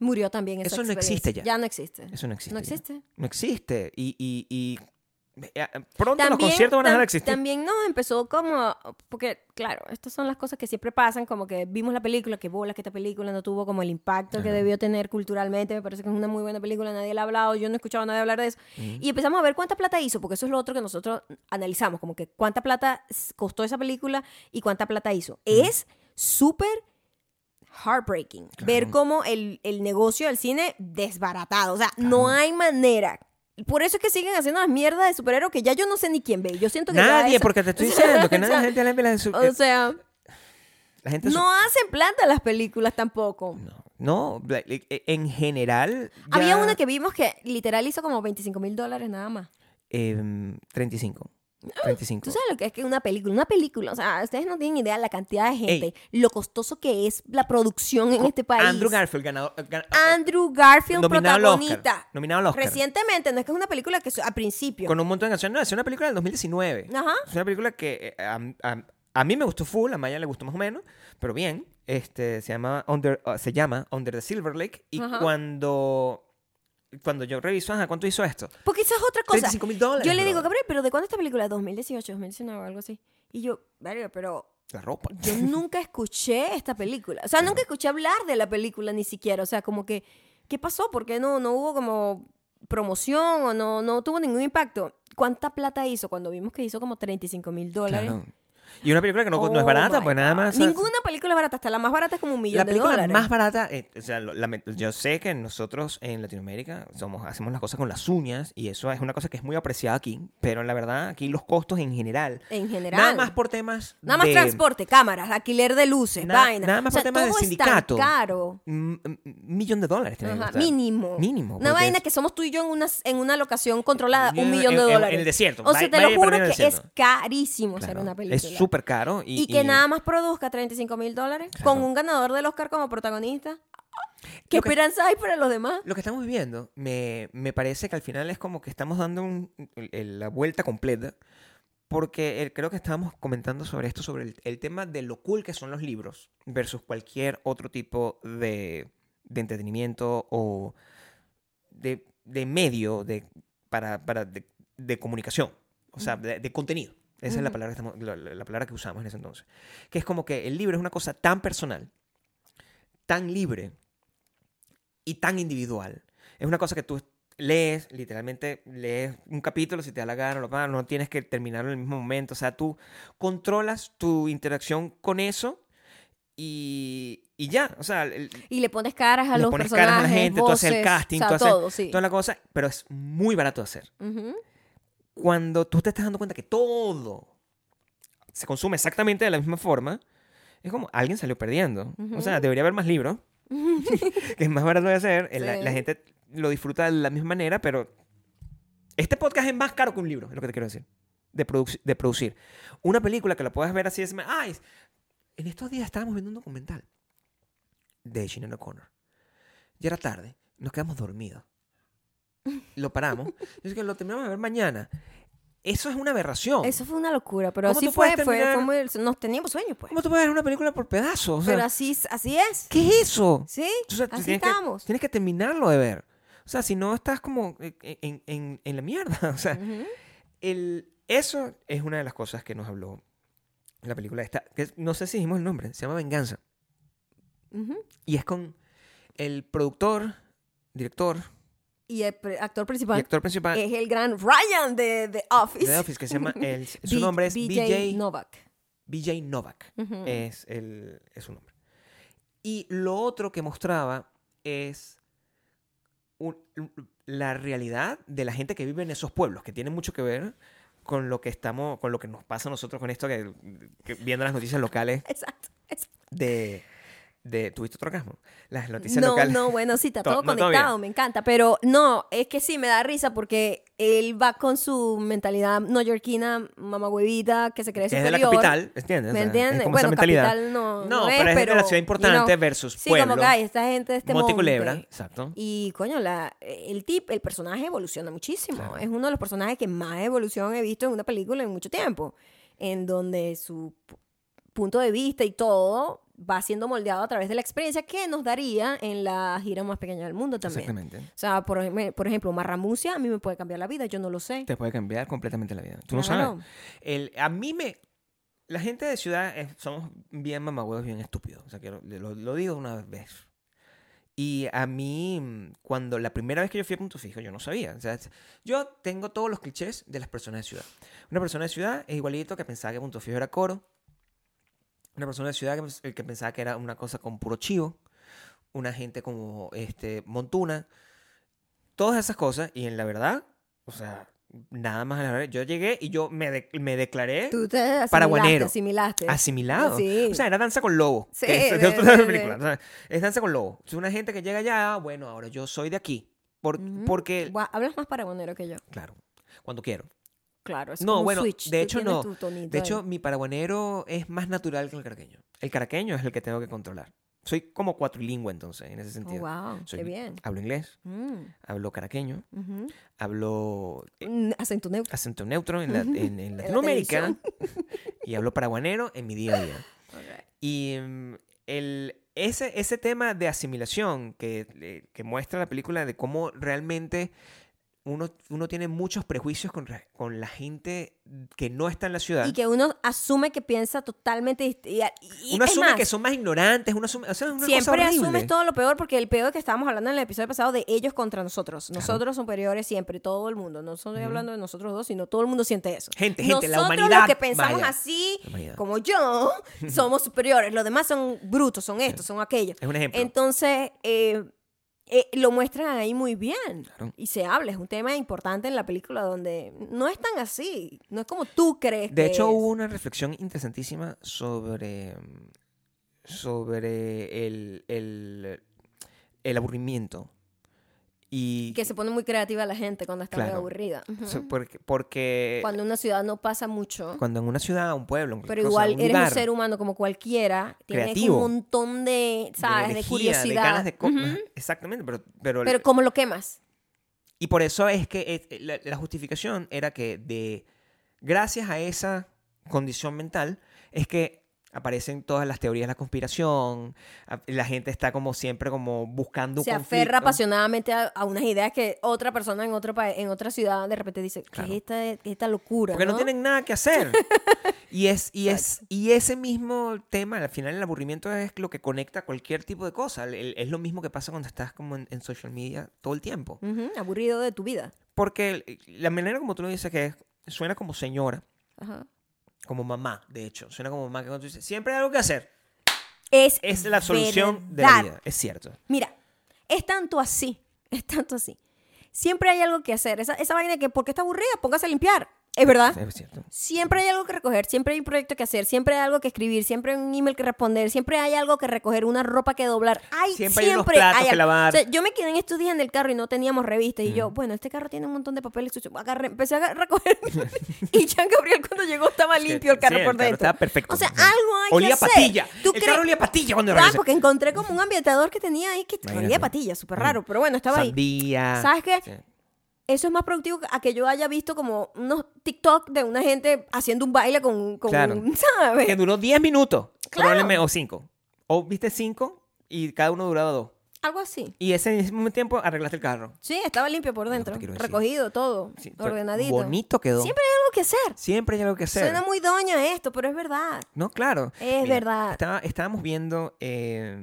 Murió también esa Eso no experiencia. existe ya. Ya no existe. eso no existe. no ya. existe. No existe. Y, y, y eh, pronto los También- conciertos van a dejar de tam- existir. También nos empezó como, porque claro, estas son las cosas que siempre pasan, como que vimos la película, que bola que esta película no tuvo como el impacto que Ajá. debió tener culturalmente, me parece que es una muy buena película, nadie la ha hablado, yo no he escuchado a nadie hablar de eso, y empezamos a ver cuánta plata hizo, porque eso es lo otro que nosotros analizamos, como que cuánta plata s- costó esa película y cuánta plata hizo. Es súper heartbreaking ver Claro. cómo el, el negocio del cine desbaratado. O sea, no hay manera. Por eso es que siguen haciendo las mierdas de superhéroes que ya yo no sé ni quién ve. Yo siento que ya Nadie, esa- porque te estoy o sea, diciendo que o nadie, la sea, gente la, la- su- eh, O sea, la gente su- no hacen plata las películas tampoco. no, no, bla- e- e- en general ya, Había una que vimos que literal hizo como 25 mil dólares nada más. em, 35. 35. Ah, ¿Tú sabes lo que es que una película? Una película, o sea, ustedes no tienen idea de la cantidad de gente, lo costoso que es la producción en este país. Andrew Garfield ganador eh, gan- Andrew Garfield, nominado al Oscar, protagonista. nominado al Oscar. Recientemente, no es que es una película que su- a principio. con un montón de canciones. No, es una película del 2019. Ajá. Es una película que eh, a, a- a mí me gustó full, a Maya le gustó más o menos, pero bien. Este, se, llama Under, uh, se llama Under the Silver Lake. Y Ajá. cuando, cuando yo reviso, ajá, ¿cuánto hizo esto? Porque esa es otra cosa. 35 mil dólares. Yo le digo, bro. Gabriel, ¿pero de cuándo esta película? ¿2018, 2019 o algo así? Y yo, verga, pero La ropa. yo nunca escuché esta película. O sea, nunca escuché hablar de la película ni siquiera. O sea, como que, ¿qué pasó? ¿Por qué no, no hubo como promoción o no, no tuvo ningún impacto? ¿Cuánta plata hizo? Cuando vimos que hizo como 35 mil dólares. Claro. Y una película que no, no es Oh barata, my pues nada God. más. o sea, Ninguna película es barata, hasta la más barata es como un millón La de película dólares. más barata, eh, o sea, lo- lame- yo sé que nosotros en Latinoamérica somos, hacemos las cosas con las uñas y eso es una cosa que es muy apreciada aquí, pero la verdad aquí los costos en general, En general. nada más por temas Nada más de- transporte, cámaras, alquiler de luces, Nada- vaina. nada o más sea, por temas de todo sindicato. Es tan caro. Mm, mm, millón de dólares tiene que Ajá, costar. mínimo. Mínimo, Una porque vaina es- que somos tú y yo en una, en una locación controlada, En- un millón de en- en- dólares. en el desierto. O sea, Vaya- te vaya lo y perdida juro en el que es desierto. carísimo hacer Claro, una película. Es súper caro y, y, que y- nada más produzca 35 mil dólares con Claro. un ganador del Oscar como protagonista. ¿Qué Lo que- esperanza hay para los demás? Lo que estamos viviendo, me, me parece que al final es como que estamos dando un- el- el- la vuelta completa, porque eh, creo que estábamos comentando sobre esto, sobre el, el tema de lo cool que son los libros versus cualquier otro tipo de, de entretenimiento o de, de medio de, para, para de, de comunicación, o sea, de, de contenido. Esa es la Ujú. palabra, que estamos- la- la- la palabra que usamos en ese entonces. Que es como que el libro es una cosa tan personal, tan libre, y tan individual. Es una cosa que tú lees, literalmente lees un capítulo si te da la gana, lo pagas, no tienes que terminarlo en el mismo momento. O sea, tú controlas tu interacción con eso y, y ya. O sea, el- Y le pones caras a Le los pones personajes, caras a la gente, tú haces el voces, casting, o sea, tú haces- todo, sí. toda la cosa, pero es muy barato de hacer. Ujú. Cuando tú te estás dando cuenta que todo, se consume exactamente de la misma forma, es como alguien salió perdiendo. O sea, debería haber más libros, que es más barato de hacer. eh, La, Sí. la gente lo disfruta de la misma manera, pero este podcast es más caro que un libro, es lo que te quiero decir. De, produc- de producir. Una película que la puedas ver así es... ¡Ay! En estos días estábamos viendo un documental de Shannon O'Connor. Ya era tarde, nos quedamos dormidos. Lo paramos. Yo sé que lo terminamos de ver mañana. Eso es una aberración. Eso fue una locura, pero ¿Cómo así tú fue, fue, puedes fue terminar- muy- nos teníamos sueños, pues. ¿Cómo tú puedes ver una película por pedazos? O sea, pero así, así es, ¿Qué es eso? ¿sí? O sea, tú así tienes que- estamos. tienes que terminarlo de ver. O sea, si no estás como en, en- en- en la mierda. O sea, Ujú. el, eso es una de las cosas que nos habló la película esta. Que es- no sé si dijimos el nombre, se llama Venganza. Ujú. Y es con el productor, director Y el pre- actor y principal actor principal de es el gran Ryan de The Office. The Office, que se llama. el- su B- Mm. nombre es Eh. BJ, Novak. BJ Novak. Ujú. es, el, es su nombre. Y lo otro que mostraba es un- la realidad de la gente que vive en esos pueblos, que tiene mucho que ver con lo que estamos, con lo que nos pasa a nosotros con esto, que, que viendo las noticias locales Exacto. exacto. de... de ¿Tuviste otro orgasmo? Las noticias No, locales. no, bueno, sí, está To- todo no, todo conectado, bien. me encanta. Pero no, es que sí, me da risa porque él va con su mentalidad neoyorquina, mamá huevita, que se cree que es de superior. la capital, ¿entiendes? O ¿Me sea, es entiendes? como esa Bueno, mentalidad. capital no, No, no pero es de la ciudad you importante know, versus Sí, pueblo. como que hay esta gente de este Monte monte. y Culebra, exacto. Y coño, la, eh, el tip, el personaje evoluciona muchísimo. Claro. Es uno de los personajes que más evolución he visto en una película en mucho tiempo. En donde su pu- punto de vista y todo va siendo moldeado a través de la experiencia que nos daría en la gira más pequeña del mundo también. Exactamente. O sea, por, ejemplo- por ejemplo, Marramucia a mí me puede cambiar la vida, yo no lo sé. Te puede cambiar completamente la vida. Tú no Claro. sabes. El, a mí me. La gente de ciudad es- somos bien mamagüeos, bien estúpidos. O sea, que lo, lo- lo digo una vez. Y a mí, mm, cuando la primera vez que yo fui a Punto Fijo, yo no sabía. O sea, es- yo tengo todos los clichés de las personas de ciudad. Una persona de ciudad es igualito que pensaba que Punto Fijo era coro. Una persona de ciudad que, pens- el que pensaba que era una cosa con puro chivo. Una gente como este, Montuna. Todas esas cosas. Y en la verdad, o sea, nada más a la verdad. Yo llegué y yo me, de- me declaré Tú te asimilaste, Paraguanero. asimilaste. asimilado. Sí. O sea, era danza con lobo. Sí, que es, de- otra de- película. O sea, es danza con lobo. Es una gente que llega allá, bueno, ahora yo soy de aquí. Por- Ujú. Porque, Gua- Hablas más paraguanero que yo. claro, cuando quiero. Claro, es No, como un bueno, switch. de Tú hecho, tienes no. tu tonito De ahí. Oh, hecho, mi paraguanero es más natural que el caraqueño. El caraqueño es el que tengo que controlar. Soy como cuatrilingüe entonces, en ese Oh, sentido. wow, Soy- qué bien. Hablo inglés, Mm, hablo caraqueño, ujú. hablo eh, Mm, Acento neutro. acento neutro en, la- en- en la Latinoamérica y hablo paraguanero en mi día a día. Alright. Y mm, el, ese, ese tema de asimilación que, eh, que muestra la película de cómo realmente uno, uno tiene muchos prejuicios con, re- con la gente que no está en la ciudad. Y que uno asume que piensa totalmente dist- y, y- y uno es asume más, que son más ignorantes, uno asume, o sea, es una cosa siempre horrible. asumes todo lo peor porque el peor que estábamos hablando en el episodio pasado de ellos contra nosotros. Nosotros superiores siempre, todo el mundo. No estoy Ujú. hablando de nosotros dos, sino todo el mundo siente eso. Gente, gente, la nosotros humanidad, los que pensamos vaya. así, La humanidad. como yo, somos superiores. Los demás son brutos, son estos, son aquellos. Es un ejemplo. Entonces, eh, eh, lo muestran ahí muy bien. Claro. Y se habla, es un tema importante en la película donde no es tan así. No es como tú crees. de que hecho, es. hubo una reflexión interesantísima sobre, mm, sobre el, el, el aburrimiento. Y que se pone muy creativa la gente cuando está muy Claro. aburrida. Ujú. o sea, porque, porque Cuando en una ciudad no pasa mucho. cuando en una ciudad, un pueblo, en Pero cosa, igual un eres lugar, un ser humano como cualquiera. Tienes Creativo. un montón de, ¿sabes? De, energía, curiosidad. de ganas de co- Ujú. exactamente, pero, pero, Pero ¿cómo lo quemas? y por eso es que eh, la, la justificación era que de gracias a esa condición mental es que aparecen todas las teorías de la conspiración, a- la gente está como siempre como buscando un se conflicto. aferra apasionadamente a, a unas ideas que otra persona en otro país, en otra ciudad de repente dice, Claro. ¿qué es esta, esta locura? Porque no tienen nada que hacer. Y, es, y, es, y ese mismo tema, al final el aburrimiento es lo que conecta cualquier tipo de cosa. El- el- es lo mismo que pasa cuando estás como en, en social media todo el tiempo. Ujú, aburrido de tu vida. Porque el- la manera como tú lo dices que es- suena como señora, Ajá. como mamá, de hecho. Suena como mamá que cuando tú dices, siempre hay algo que hacer. Es, Es la solución de la verdad. vida. Es cierto. Mira, es tanto así, es tanto así. Siempre hay algo que hacer. Esa, esa vaina de que, ¿por qué está aburrida? Póngase a limpiar. Es verdad. Es cierto. Siempre hay algo que recoger, siempre hay un proyecto que hacer, siempre hay algo que escribir, siempre hay un email que responder, siempre hay algo que recoger, una ropa que doblar. Hay, Siempre siempre, hay unos platos hay que algo. lavar. O sea, yo me quedé en estos días en el carro y no teníamos revistas. Y yo, bueno, este carro tiene un montón de papeles sucios. Agarré- empecé a agar- recoger. y Jean Gabriel cuando llegó estaba Es que- limpio el carro sí, por carro dentro. Estaba perfecto. O sea, algo hay olía que a hacer. patilla. ¿Tú el crees- carro olía a patilla cuando Ah, regresé. porque encontré como un ambientador que tenía ahí que olía Imagínate. a patilla, súper raro. Pero bueno, estaba ahí. Sandía. ¿Sabes qué? Sí. Eso es más productivo a que yo haya visto como unos TikTok de una gente haciendo un baile con, con Claro. un- ¿sabes? Que duró 10 minutos. Claro. Probablemente, o 5. O viste 5 y cada uno duraba 2. Algo así. Y ese mismo tiempo arreglaste el carro. Sí, estaba limpio por dentro, te quiero decir. recogido todo, Sí, pero ordenadito. Bonito quedó. Siempre hay algo que hacer. Siempre hay algo que hacer. Suena muy doña esto, pero es verdad. No, claro. Es Mira, verdad. estaba- estábamos viendo eh,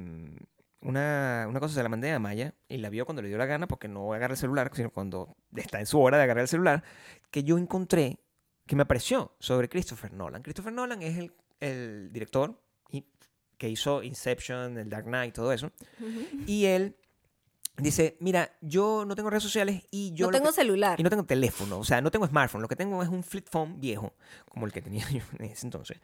una, una cosa, se la mandé a Maya y la vio cuando le dio la gana, porque no agarra el celular, sino cuando está en su hora de agarrar el celular, que yo encontré, que me apareció sobre Christopher Nolan. Christopher Nolan es el, el director y- que hizo Inception, el Dark Knight, todo eso. Y él dice, mira, yo no tengo redes sociales y yo... no lo tengo que- celular. y no tengo teléfono, o sea, no tengo smartphone. Lo que tengo es un flip phone viejo, como el que tenía yo en ese entonces.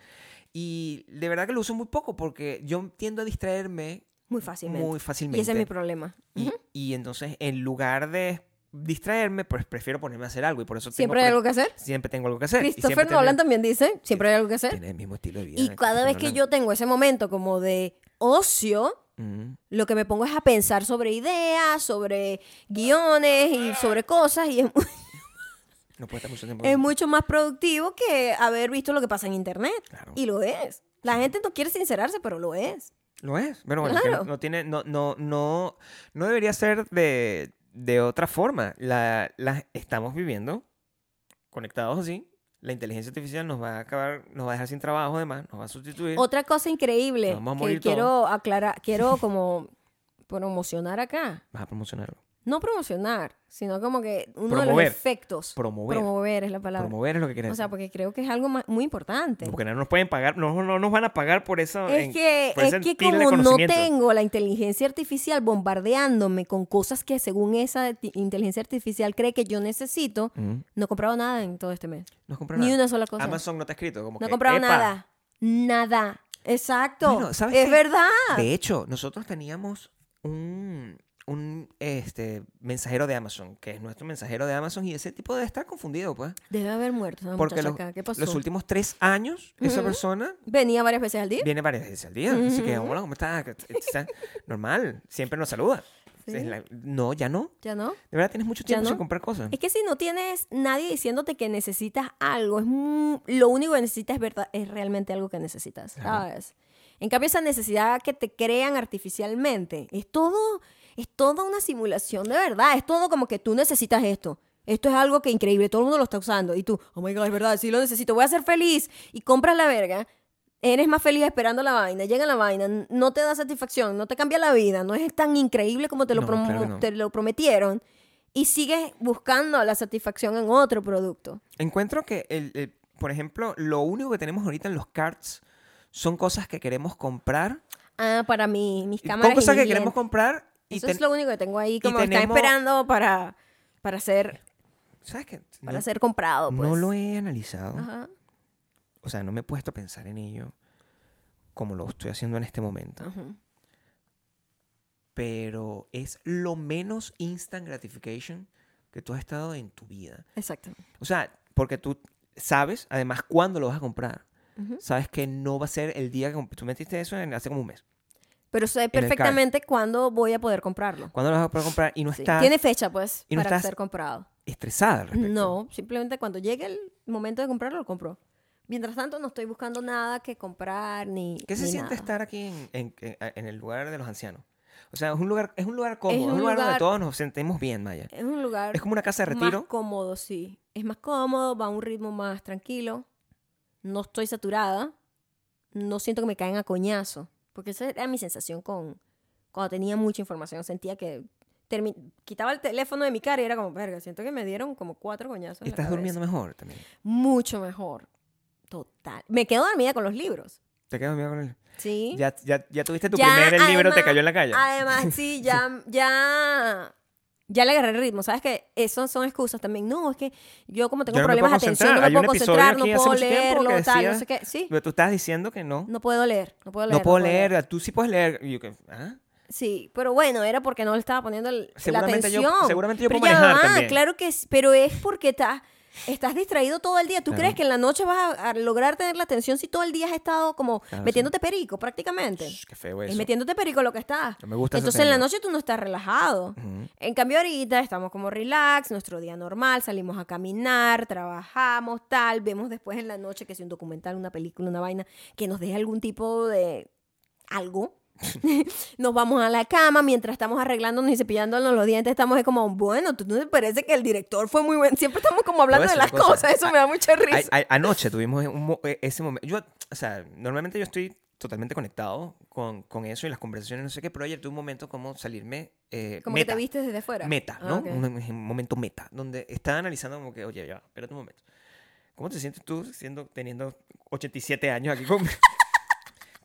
Y de verdad que lo uso muy poco porque yo tiendo a distraerme muy fácilmente. muy fácilmente. Y ese es mi problema. Y- Ujú. y entonces, en lugar de distraerme, pues prefiero ponerme a hacer algo. Y por eso tengo Siempre hay pre- algo que hacer. siempre tengo algo que hacer. Y Christopher siempre Nolan tengo- también dice, siempre hay algo que hacer. tiene el mismo estilo de vida. Y cada vez que yo tengo ese momento como de ocio, lo que me pongo es a pensar sobre ideas, sobre guiones y sobre cosas y es, No puede estar mucho tiempo. es mucho más productivo que haber visto lo que pasa en internet. Claro. Y lo es. La gente no quiere sincerarse, pero lo es. Lo es. Pero bueno, es que Claro. no tiene, no, no, no, no debería ser de, de otra forma. La, la- estamos viviendo conectados así. La inteligencia artificial nos va a acabar, nos va a dejar sin trabajo, además, nos va a sustituir. Otra cosa increíble Nos vamos a que morir quiero aclarar, quiero como promocionar acá. Vas a promocionarlo. No promocionar, sino como que uno de Promover. los efectos. Promover. Promover es la palabra. Promover es lo que quieres. O sea, porque creo que es algo más- muy importante. porque no nos pueden pagar, no, no nos van a pagar por eso. en- Es que, por es ese que pil de como no conocimiento. tengo la inteligencia artificial bombardeándome con cosas que según esa ti- inteligencia artificial cree que yo necesito, Mm. no he comprado nada en todo este mes. No has comprado Ni nada. una sola cosa. Amazon no te ha escrito. Como No he que, comprado "Epa". nada. Nada. Exacto. Bueno, ¿sabes es qué? verdad. De hecho, nosotros teníamos un, un este, mensajero de Amazon, que es nuestro mensajero de Amazon, y ese tipo debe estar confundido, pues. Debe haber muerto esa Porque Ah, muchacha los, acá. ¿Qué pasó? los últimos tres años, esa persona Venía varias veces al día. viene varias veces al día. Así que, hola, ¿cómo estás? ¿Qué- qué- qué- Normal, siempre nos saluda. Sí. Es la- no, ya no. ¿Ya no? De verdad, tienes mucho ¿Ya tiempo no? Eh. sin comprar cosas. Es que si no tienes nadie diciéndote que necesitas algo, es mu- lo único que necesitas es, verdad, es realmente algo que necesitas, Claro. ¿sabes? En cambio, esa necesidad que te crean artificialmente, es todo, es toda una simulación de verdad, es todo como que tú necesitas esto. Esto es algo que increíble, todo el mundo lo está usando. Y tú, oh my god, es verdad, sí lo necesito, voy a ser feliz. Y compras la verga, eres más feliz esperando la vaina, llega la vaina, n- no te da satisfacción, no te cambia la vida, no es tan increíble como te lo, No, promo- claro que no. te lo prometieron y sigues buscando la satisfacción en otro producto. Encuentro que, el, el- por ejemplo, lo único que tenemos ahorita en los carts son cosas que queremos comprar. Ah, para mí, mis y- Son cámaras. y cosas mis que queremos lentes. comprar. Y Eso ten- es lo único que tengo ahí, como está tenemos- esperando para, para, ser, ¿Sabes qué? para No- ser comprado. Pues. No lo he analizado. Ajá, O sea, no me he puesto a pensar en ello como lo estoy haciendo en este momento. ajá. Pero es lo menos instant gratification que tú has estado en tu vida. Exacto. O sea, porque tú sabes, además, cuándo lo vas a comprar. Ujú. Sabes que no va a ser el día que comp- tú metiste eso en- hace como un mes. Pero sé cart. perfecectamente cuándo voy a poder comprarlo. ¿Cuándo lo vas a poder comprar? Y no Sí. estás Tiene fecha, pues, y no para estás- ser comprado. estresada al respecto. No, simplemente cuando llegue el momento de comprarlo, lo compro. Mientras tanto, no estoy buscando nada que comprar ni. ¿Qué se ni siente nada. estar aquí en, en- en- en el lugar de los ancianos? O sea, es un lugar, es un lugar cómodo, es un un lugar, donde lugar- todos nos sentimos bien, Maya. Es un lugar. Es como una casa de más retiro. cómodo, sí. Es más cómodo, va a un ritmo más tranquilo. No estoy saturada. No siento que me caen a coñazo. Porque esa era mi sensación con cuando tenía mucha información. Sentía que termi- quitaba el teléfono de mi cara y era como, verga, siento que me dieron como cuatro coñazos. en la Y estás cabeza". durmiendo mejor también. Mucho mejor. Total. Me quedo dormida con los libros. Te quedas dormido con él. Sí. Ya, ya, ya tuviste tu Ya, primer el libro, te además- cayó en la calle. Además, sí, ya, ya Ya le agarré el ritmo, ¿sabes? Que eso son excusas también. No, es que yo como tengo Yo no me problemas de puedo atención, no concentrar. me Hay un puedo concentrar, episodio no aquí hace puedo mucho tiempo leerlo, que tal, no decía- sé qué. Sí, Pero tú estás diciendo que no. no puedo leer, no puedo leer. No puedo leer, tú sí puedes leer. Y yo que, ¿ah? Sí, pero bueno, era porque no le estaba poniendo el- la Seguramente yo- atención. seguramente yo Pero puedo ya manejar va, también. claro que sí, pero es porque estás estás distraído todo el día. ¿Tú Claro. crees que en la noche vas a, a lograr tener la atención si todo el día has estado como Claro, metiéndote perico prácticamente? Shh, qué feo Es eso. metiéndote perico lo que está. No me gusta esa Entonces en la señal. noche tú no estás relajado. Ujú. En cambio ahorita estamos como relax, nuestro día normal, salimos a caminar, trabajamos, tal, vemos después en la noche que si un documental, una película, una vaina que nos deje algún tipo de algo. nos vamos a la cama mientras estamos arreglándonos y cepillándonos los dientes, estamos ahí como, bueno, ¿tú no te parece que el director fue muy bueno? Siempre estamos como hablando de decir las una cosa. cosas, eso me da mucha risa. A- a- anoche tuvimos un mo- e- ese momento. Yo, o sea, normalmente yo estoy totalmente conectado con, con eso y las conversaciones, no sé qué, pero ayer tuve un momento como salirme. eh, como que meta, te viste desde fuera. Meta, Ah, ¿no? ok. un, un momento meta, donde estaba analizando como que, oye, ya, va, espérate un momento. ¿Cómo te sientes tú siendo, teniendo 87 años aquí con...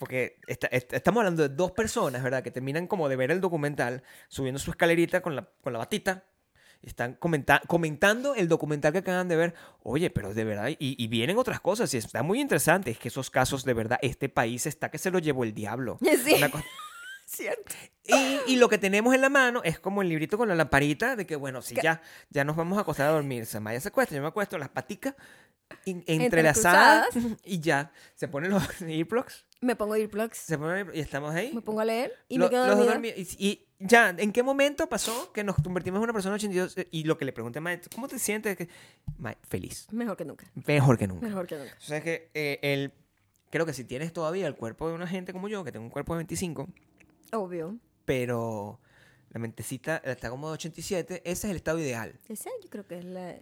Porque esta- est- estamos hablando de dos personas, ¿verdad? Que terminan como de ver el documental, subiendo su escalerita con la, con la batita. y Están comenta- comentando el documental que acaban de ver. Oye, pero de verdad, y, y vienen otras cosas, y está muy interesante. Es que esos casos, de verdad, este país está que se lo llevó el diablo. Sí. Una cosa- Cierto. y, y lo que tenemos en la mano es como el librito con la lamparita de que, bueno, si ya, ya nos vamos a acostar a dormir. Samaya se acuesta, yo me acuesto, las paticas in- entrelazadas y ya. Se ponen los earplugs, Me pongo earplugs, se ponen los- y estamos ahí. me pongo a leer y Lo- me quedo los dos dormida. dormi- y, y ya, ¿en qué momento pasó que nos convertimos en una persona de 82? Eh, Y lo que le pregunté a Mae, ¿cómo te sientes? Que- Mae, feliz. Mejor que nunca. Mejor que nunca. Mejor que nunca. O sea, es que eh, el, creo que si tienes todavía el cuerpo de una gente como yo, que tengo un cuerpo de 25, Obvio. pero la mentecita está como de 87, ese es el estado ideal. Esa yo creo que es la...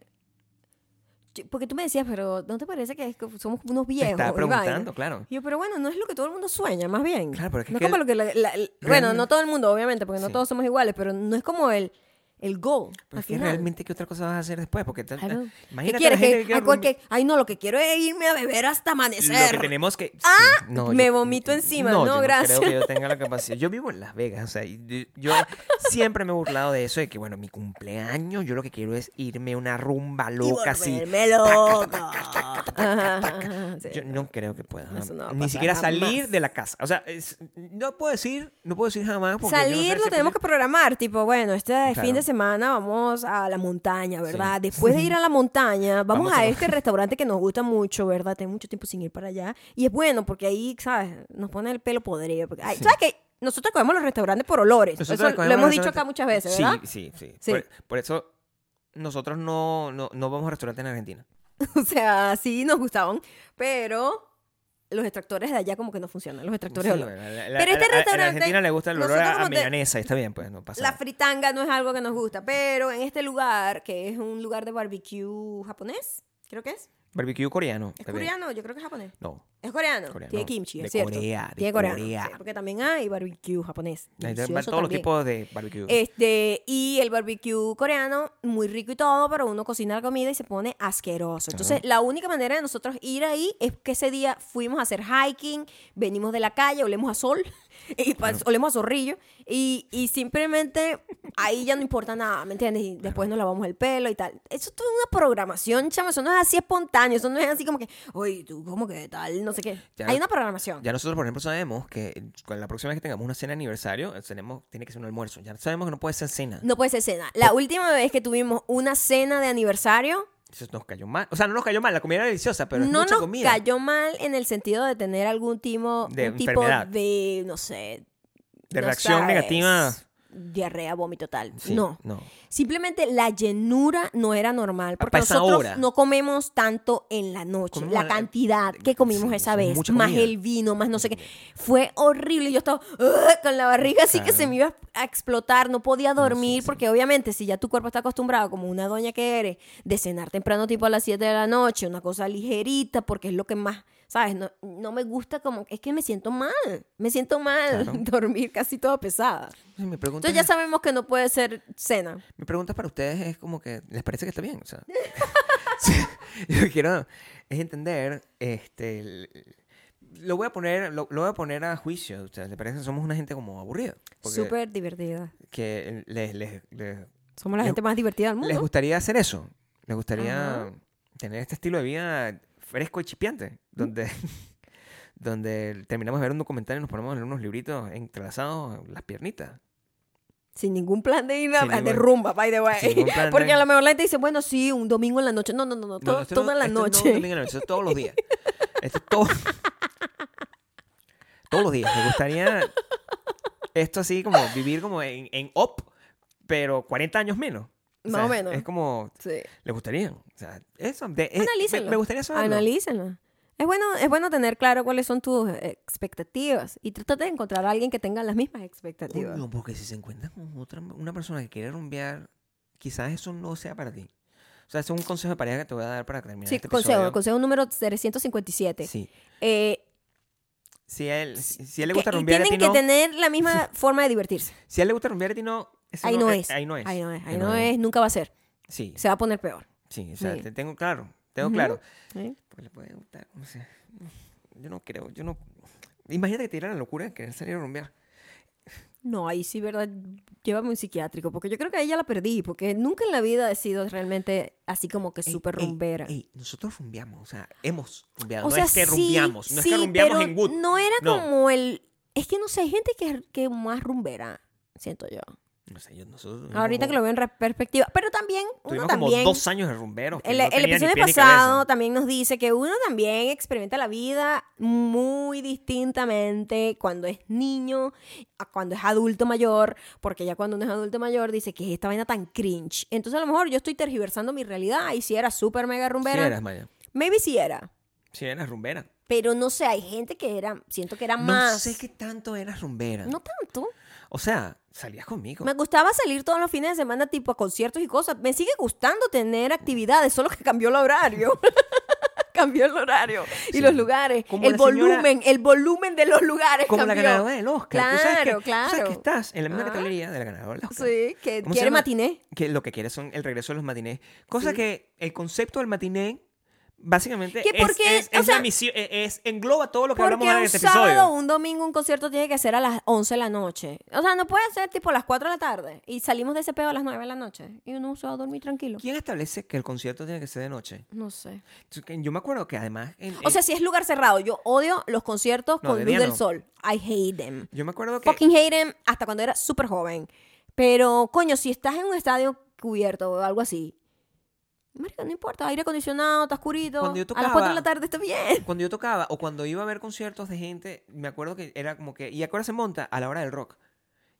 Yo- Porque tú me decías, pero ¿no te parece que, es que somos unos Te viejos? estaba y preguntando, vaina? claro. Yo, pero bueno, no es lo que todo el mundo sueña, más bien. Claro, pero es que no es que como el- lo que la- la- el- Bueno, realmente- no todo el mundo, obviamente, porque no Sí. todos somos iguales, pero no es como el, el goal. Pero al es que final. realmente, ¿qué otra cosa vas a hacer después? Porque tal- Claro. ah, ¿Qué imagínate la quieres? gente Que, que quiere ay, cual- rumbear. que- ay, no, lo que quiero es irme a beber hasta lo que amanecer. tenemos que... sí, no, ¡Ah! me yo- vomito encima. No, yo gracias. creo que yo tenga la capacidad. Yo vivo en Las Vegas, o sea, y de- yo siempre me he burlado de eso, de que, bueno, mi cumpleaños, yo lo que quiero es irme a una rumba loca y así. volverme loco. Ajá, ajá, sí. Yo no creo que pueda. Eso no va a Ni pasar siquiera salir jamás. de la casa. O sea, es- no puedo decir, no puedo decir jamás. Porque yo no sé Salir lo si- tenemos que programar, tipo, bueno, este fin Claro. de semana vamos a la montaña, ¿verdad? Después de ir a la montaña, vamos, Vamos a, a- este restaurante que nos gusta mucho, ¿verdad? Tengo mucho tiempo sin ir para allá. Y es bueno porque ahí, ¿sabes? Nos pone el pelo podrido. porque- ay, ¿Sabes qué? Nosotros comemos los restaurantes por olores. Nosotros Eso lo acogemos hemos los dicho acá restaurantes- muchas veces, ¿verdad? Sí, sí, sí. Sí. Por, por eso nosotros no, no, no vamos a restaurantes en Argentina. O sea, sí nos gustaban, pero los extractores de allá como que no funcionan, los extractores Sí, de olor. bueno, a Pero la- a este la- a- restaurante, A la Argentina le gusta el olor nosotros a, como a te- milanesa. Está bien, pues, no pasa La nada. fritanga no es algo que nos gusta, pero en este lugar, que es un lugar de barbecue japonés, creo que es. Barbecue coreano. ¿Es bebé. coreano? Yo creo que es japonés. No. ¿Es coreano? Coreano. Tiene kimchi, De es cierto. Corea, de Tiene coreano. Corea. sí, porque también hay barbecue japonés. Ahí te van delicioso todos los también. tipos de barbecue. Este, y el barbecue coreano, muy rico y todo, pero uno cocina la comida y se pone asqueroso. Entonces, la única manera de nosotros ir ahí es que ese día fuimos a hacer hiking, venimos de la calle, olemos a sol, y pa- olemos a zorrillo, y, y simplemente ahí ya no importa nada, ¿me entiendes? Y después nos lavamos el pelo y tal. Eso es toda una programación, chamo, eso no es así espontáneo, eso no es así como que, oye, tú como que tal, no sé qué. Ya- Hay una programación. Ya nosotros, por ejemplo, sabemos que eh, con la próxima vez que tengamos una cena de aniversario, eh, tenemos, tiene que ser un almuerzo. Ya sabemos que no puede ser cena. No puede ser cena. Oh. La última vez que tuvimos una cena de aniversario, Eso nos cayó mal. O sea, no nos cayó mal. La comida era deliciosa, pero es no mucha nos comida. cayó mal en el sentido de tener algún tipo De un tipo enfermedad. de no sé De no reacción sabes, negativa. diarrea vómito tal Sí, no No. simplemente la llenura no era normal porque pa' esa nosotros hora. no comemos tanto en la noche pues Comemos la la- cantidad que comimos Sí, esa es vez mucha más comida. el vino más no sé qué fue horrible yo estaba "Ugh", con la barriga así que Claro. se me iba a explotar no podía dormir sí. porque obviamente si ya tu cuerpo está acostumbrado como una doña que eres de cenar temprano tipo a las 7 de la noche una cosa ligerita porque es lo que más sabes no, no me gusta como es que me siento mal me siento mal Claro. dormir casi toda pesada Sí, Mi pregunta, entonces ya sabemos que no puede ser cena mi pregunta para ustedes es como que, ¿les parece que está bien? O sea, sí, yo quiero es entender, este, el- lo voy a poner, lo, lo voy a poner a juicio. O sea, ¿les parece que somos una gente como aburrida? Porque Súper divertida. Que les, les, les Somos la Les- gente más divertida del mundo. ¿Les gustaría hacer eso? ¿Les gustaría Ajá. tener este estilo de vida fresco y chispeante? Donde, donde terminamos de ver un documental y nos ponemos a leer unos libritos entrelazados en las piernitas. Sin ningún plan de ir a, Sin a- de ningún- rumba, by the sin way. ningún plan de- Porque a lo mejor la gente dice, bueno, sí, un domingo en la noche. No, no, no, no, No, to- esto este no- toda la esto no es un noche. domingo en la noche, esto es todos los días. Esto es todo- todos los días. Me gustaría esto así como vivir como en, en op, pero 40 años menos. O Más o sea, menos. Es como, Sí. ¿les gustaría? O sea, eso, de- es- me- Analícenlo. me gustaría saberlo. Analícenla. Es bueno, es bueno tener claro cuáles son tus eh, expectativas y trata de encontrar a alguien que tenga las mismas expectativas. Coño, porque si se encuentra con otra, una persona que quiere rumbear, quizás eso no sea para ti. O sea, ese es un consejo de pareja que te voy a dar para terminar sí, este consejo, episodio. consejo número 357. Sí. Eh, Si a él, si, si a él le que- gusta y rumbear a tienen ti que no, tener la misma forma de divertirse. si a él le gusta rumbear a ti no, eso Ahí no eh, es. Ahí no es. Ahí no es, ahí no es, nunca va a ser. Sí, Se va a poner peor. ¿eh? sí, o sea, Sí. te tengo claro, tengo Ujú. claro. ¿sí? Pues le puede gustar, no sé. Yo no creo, yo no. Imagínate que te diera la locura de querer salir a rumbear. No, ahí sí, ¿verdad? Llévame un psiquiátrico, porque yo creo que ahí ya la perdí, porque nunca en la vida he sido realmente así como que Ey, súper ey, rumbera. ey, nosotros rumbeamos, o sea, hemos rumbeado. o no sea, es que sí, rumbeamos, no es sí, que rumbeamos pero en Wood. No era no. como el... Es que no sé, hay gente que que más rumbera, siento yo. No sé, yo, nosotros. tuvimos Ahorita que como- lo veo en re- perspectiva, pero también uno Tuvimos también... como dos años de rumberos. que El, no el tenía ni episodio pie ni pasado cabeza. también nos dice que uno también experimenta la vida muy distintamente cuando es niño a cuando es adulto mayor, porque ya cuando uno es adulto mayor dice que es esta vaina tan cringe. Entonces a lo mejor yo estoy tergiversando mi realidad y si era súper mega Sí rumbera, eras, Maya. maybe si era, Sí eras rumbera. pero no sé, hay gente que era, siento que era No más. sé qué tanto eras rumbera. No tanto. O sea, salías conmigo. Me gustaba salir todos los fines de semana tipo a conciertos y cosas. Me sigue gustando tener actividades, solo que cambió el horario. cambió el horario y Sí. los lugares, Como el la señora- volumen, el volumen de los lugares Como la cambió. ganadora del Oscar. Tú sabes que, Claro, tú sabes claro. que estás en la misma Ah. categoría de la ganadora del Oscar. Sí, que ¿Cómo se quiere llama? matiné. Que lo que quieres son el regreso de los matinés. Cosa Sí. que el concepto del matiné, básicamente, Que es, porque, es- o es la sea, misión- es- es- engloba todo lo que hablamos Porque en un este sábado o episodio. un domingo un concierto tiene que ser a las 11 de la noche. O sea, no puede ser tipo a las 4 de la tarde y salimos de ese pedo a las 9 de la noche y uno se va a dormir tranquilo. ¿Quién establece que el concierto tiene que ser de noche? No sé. Entonces, que Yo me acuerdo que además... en- O en- sea, si es lugar cerrado, yo odio los conciertos No, con de luz día del no. sol. I hate them. yo me acuerdo que... fucking hate him hasta cuando era súper joven. Pero, coño, si estás en un estadio cubierto o algo así, marica, no importa, aire acondicionado, está oscurito. Cuando yo a las tocaba- 4 de la tarde está bien. cuando yo tocaba o cuando iba a ver conciertos de gente, me acuerdo que era como que, ¿y a qué hora se monta? A la hora del rock.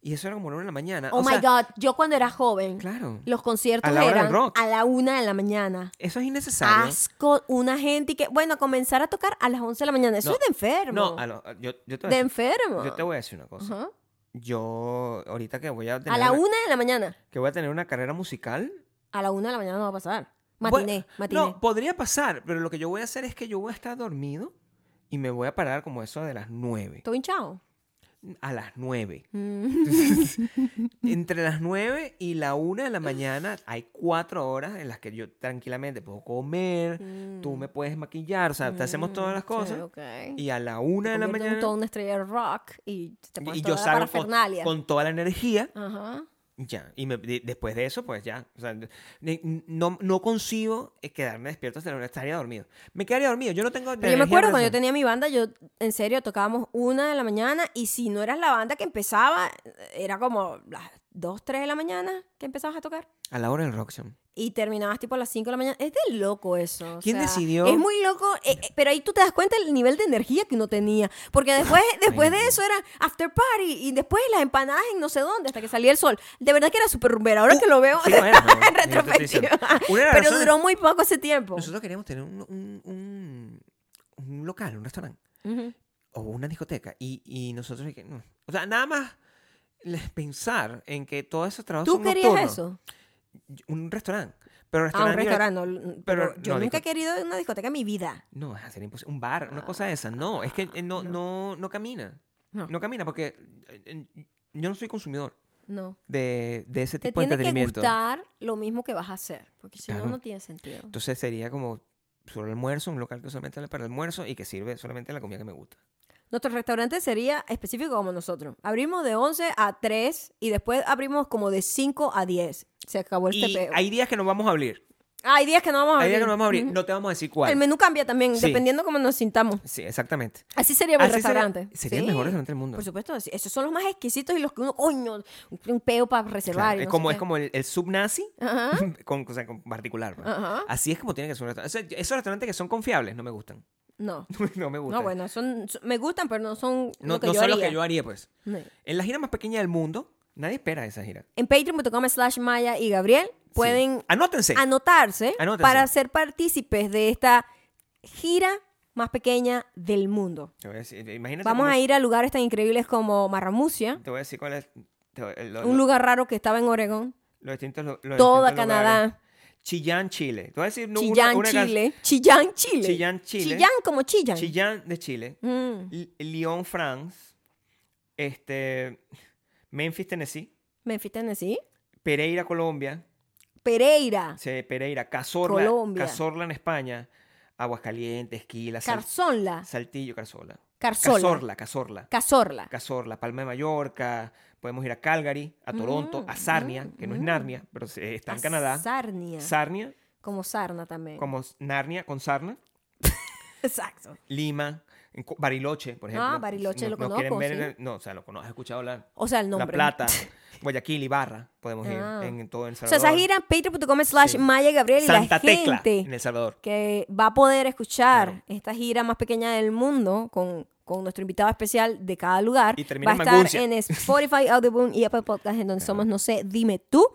Y eso era como a la una de la mañana. Oh o my sea, God, yo cuando era joven, Claro. los conciertos A la hora del eran rock. a la 1 de la mañana. Eso es Ah, innecesario. Asco, una gente y que, bueno, comenzar a tocar a las 11 de la mañana. Eso No, es de enfermo. No, a lo- a- yo, yo te voy de a decir, enfermo. yo te voy a decir una cosa. Ajá. Yo, ahorita que voy a tener, A la una, 1 de la mañana. que voy a tener una carrera musical. A la 1 de la mañana no va a pasar. bueno, Matiné, matiné. No, podría pasar, pero lo que yo voy a hacer es que yo voy a estar dormido y me voy a parar como eso de las nueve. Estoy hinchado. A las nueve. Mm. Entre las 9 y la 1 de la mañana hay cuatro horas en las que yo tranquilamente puedo comer, tú me puedes maquillar, o sea, te hacemos todas las Mm, Sí, cosas. Mm. ok. Y a la 1 de convierte la en mañana toda una estrella de rock y te y pones toda yo la salgo con, parafernalia. con toda la energía, Ajá. ya. Y me- de- después de eso, pues ya. O sea, ne- no, no consigo eh, quedarme despierto hasta la hora, estaría dormido. Me quedaría dormido, yo no tengo... Pero yo me acuerdo cuando yo tenía mi banda, yo en serio tocábamos una de la mañana y si no eras la banda que empezaba, era como las 2, 3 de la mañana que empezabas a tocar. A la hora del Rockson. Y terminabas tipo a las 5 de la mañana. Es de loco eso. o ¿Quién sea, decidió? Es muy loco, eh, eh, pero ahí tú te das cuenta el nivel de energía que uno tenía. Porque después, después de no. eso era after party y después las empanadas en no sé dónde hasta que salía el sol. De verdad que era súper rumbera. Ahora que lo veo Uh, sí, no era, no, en sí, yo te estoy retrospectiva. diciendo. Una de las Pero razones- duró muy poco ese tiempo. Nosotros queríamos tener un- un- un- un local, un restaurante. Ujú. o una discoteca y, y nosotros de que no. o sea nada más les- pensar en que todos esos trabajos ¿Tú son querías nocturnos. eso? Yo- un restaurante pero A un restaurante restaurante. no, l- Pero, pero yo no, nunca he discote- querido ir a una discoteca en mi vida. no es hacer imposible un bar una cosa de esa no es que eh, no no no camina No. no, camina porque eh, eh, yo no soy consumidor No. de, de ese Te tipo de tiene que entretenimiento gustar lo mismo que vas a hacer. Porque si no, Claro. no tiene sentido. entonces sería como solo almuerzo un local que solamente sale para el almuerzo y que sirve solamente la comida que me gusta Nuestro restaurante sería específico como nosotros. Abrimos de 11 a 3 y después abrimos como de 5 a 10. Se acabó este Y peo. Hay... hay días que nos vamos a abrir. días que no vamos a Hay abrir. días que nos vamos a abrir. Ujú. No te vamos a decir cuál. El menú cambia también, Sí. dependiendo cómo nos sintamos. Sí, exactamente. Así sería el Así sería- restaurante. sería el Sí. mejor restaurante del mundo. Por supuesto, así- esos son los más exquisitos y los que uno, coño, un peo para reservar. Claro, y es, no sé como, qué. Ah. es como el, el subnazi, Ajá. con, o sea, con particular. ¿no? Ajá. Así es como tiene que ser un restaurante. O sea, esos restaurantes que son confiables no me gustan. No. no me gustan. No, bueno, son, son- me gustan, pero no son No- lo que no yo son haría. los que yo haría, pues. No. En la gira más pequeña del mundo, nadie espera esa gira. En patreon.com slash Maya y Gabriel Sí. pueden Anótense. anotarse Anótense. para ser partícipes de esta gira más pequeña del mundo. Te voy a decir- imagínate Vamos cómo- a ir a lugares tan increíbles como Marramucia, Te voy a decir cuál es. te voy- lo- un lo- lugar raro que estaba en Oregón, los distintos lu- los toda distintos lugares. Canadá, Chillán, Chile. Te voy a decir ¿eh? no, una- Chillán, una can- Chile, Chillán, Chile, Chillán, Chile. Chillán como Chillán. Chillán de Chile. Mm, L- Lyon, France. Este. Memphis, Tennessee. Memphis, Tennessee, Pereira, Colombia. Pereira, Sí, Pereira, Cazorla, Colombia. Cazorla en España, Aguascalientes, Quila, Sal- Carzonla, Saltillo, Carzola. Carzola, Cazorla, Cazorla, Cazorla, Cazorla, Palma de Mallorca, podemos ir a Calgary, a Toronto, Mm, a Sarnia, mm, que no es mm. Narnia, pero se- está en A Canadá. Sarnia, Sarnia, como Sarna también. como s- Narnia con Sarna, Exacto. Lima, en Co- Bariloche, por ejemplo. Ah, Bariloche No- lo no quieren conozco, ver en sí. el- No, o sea, lo conozco, has escuchado hablar. O sea, el La nombre. Plata, Guayaquil, Ibarra, podemos ir Ah. en, en todo El O sea, esa Salvador. gira patreon.com slash Sí. Maya Gabriel y Santa la Tecla, gente en El Salvador. que va a poder escuchar Claro. esta gira más pequeña del mundo con, con nuestro invitado especial de cada lugar Y termina va a en estar Maguncia. en Spotify, Audioboom y Apple Podcast en donde somos No sé, dime tú.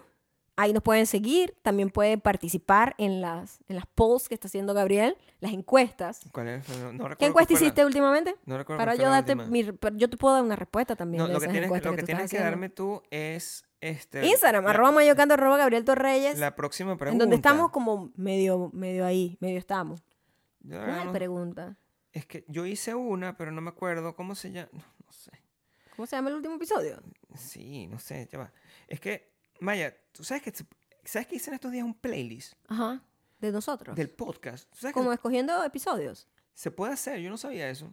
Ahí nos pueden seguir, también pueden participar en las, en las polls que está haciendo Gabriel, las encuestas. ¿Cuál es? No, no recuerdo ¿Qué cuál encuesta fue la- hiciste últimamente? No recuerdo Para cuál yo fue la darte última. mi... pero yo te puedo dar una respuesta también No, de lo que esas tienes, encuestas lo que, tú estás tienes que haciendo. darme tú es este Instagram, la, arroba mayocando, arroba Gabriel Torreyes. la próxima pregunta. En donde estamos como medio, medio ahí, medio estamos. Yo la verdad ¿Cuál no- pregunta? es que yo hice una, pero no me acuerdo cómo se llama. No, no sé. ¿Cómo se llama el último episodio? Sí, no sé, ya va. Es que Maya, tú sabes que se- sabes que hice en estos días un playlist Ajá. De nosotros. del podcast. ¿Tú sabes que Como escogiendo episodios. se puede hacer? Yo no sabía eso.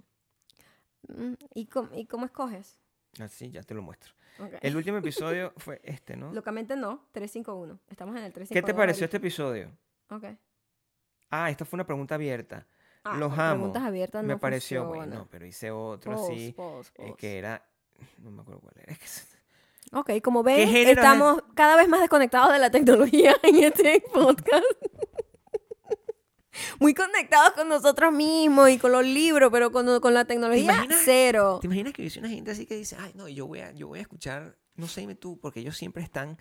Mm, ¿Y, com- y cómo escoges? Así Ah, ya te lo muestro. Ok. El último episodio fue este, ¿no? Locamente no, 351. Estamos en el 351. ¿Qué te pareció este episodio? ahorita. Ok. Ah, esta fue una pregunta abierta. Ah, Los las amo. Preguntas abiertas no me pareció funcionan. bueno, pero hice otro Pause, así. pause, eh, pause. que era. No me acuerdo cuál era. es que se- Ok, como ven, género es? estamos cada vez más desconectados de la tecnología en este podcast. Muy conectados con nosotros mismos y con los libros, pero con, con la tecnología, imaginas? cero. ¿Te imaginas que hubiese una gente así que dice, ay, no, yo voy a, yo voy a escuchar, no sé, dime tú, porque ellos siempre están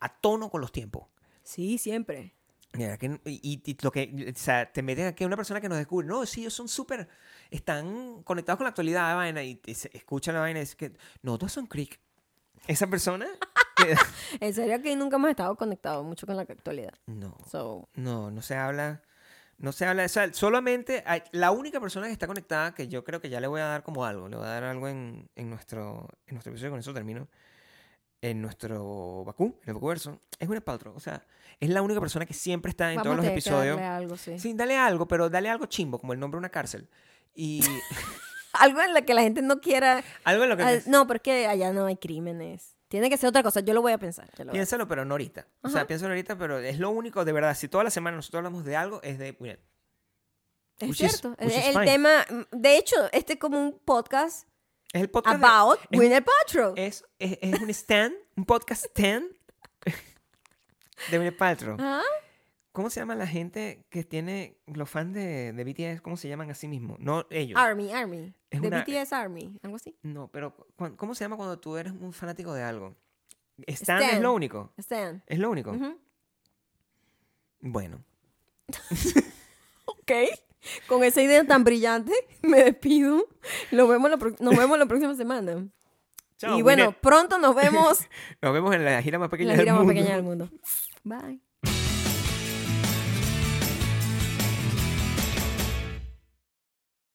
a tono con los tiempos. Sí, siempre. De verdad que no- Y, y- y lo que, o sea, te meten aquí a una persona que nos descubre, no, sí, ellos son súper, están conectados con la actualidad de vaina y, te- se- escuchan la vaina y dicen que, no, todos son crick. Esa persona, eh, En serio que nunca hemos estado conectados mucho con la actualidad. no, So, no, no se habla, no se habla, o sea, solamente, hay- la única persona que está conectada, que yo creo que ya le voy a dar como algo, le voy a dar algo en, en nuestro, en nuestro episodio, con eso termino, en nuestro Bakú, en el Bakuverso, es una Paltrow, o sea, es la única persona que siempre está en vamos todos a los tener que episodios. darle algo, sí. Sí, dale algo, pero dale algo chimbo, como el nombre de una cárcel. Y Algo en la que la gente no quiera. algo en lo que... Ah, no, pero es que allá no hay crímenes. Tiene que ser otra cosa. Yo lo voy a pensar. yo lo voy a- Piénsalo, pero no ahorita. O sea, Ajá. piénsalo ahorita, pero es lo único, de verdad, si toda la semana nosotros hablamos de algo, es de... mira, Es Which is- cierto. which is el fine. tema. De hecho, este es como un podcast es el podcast... de- about es- Winner Paltrow. es, es, es un stand, un podcast stand de Winnie Paltrow. Ajá. ¿Cómo se llama la gente que tiene los fans de, de BTS? ¿Cómo se llaman a sí mismos? No ellos. Army, Army. Es de una- BTS Army. Algo así. No, pero cu- ¿cómo se llama cuando tú eres un fanático de algo? Stand, es Stand. lo único. Stan. Es lo único. Ujú. Bueno. Ok. Con esa idea tan brillante, me despido. Lo vemos la pro- Nos vemos la próxima semana. Chao, y bueno, Winnet. pronto nos vemos Nos vemos en la gira más en pequeña, la gira del, más mundo. pequeña del mundo. Bye.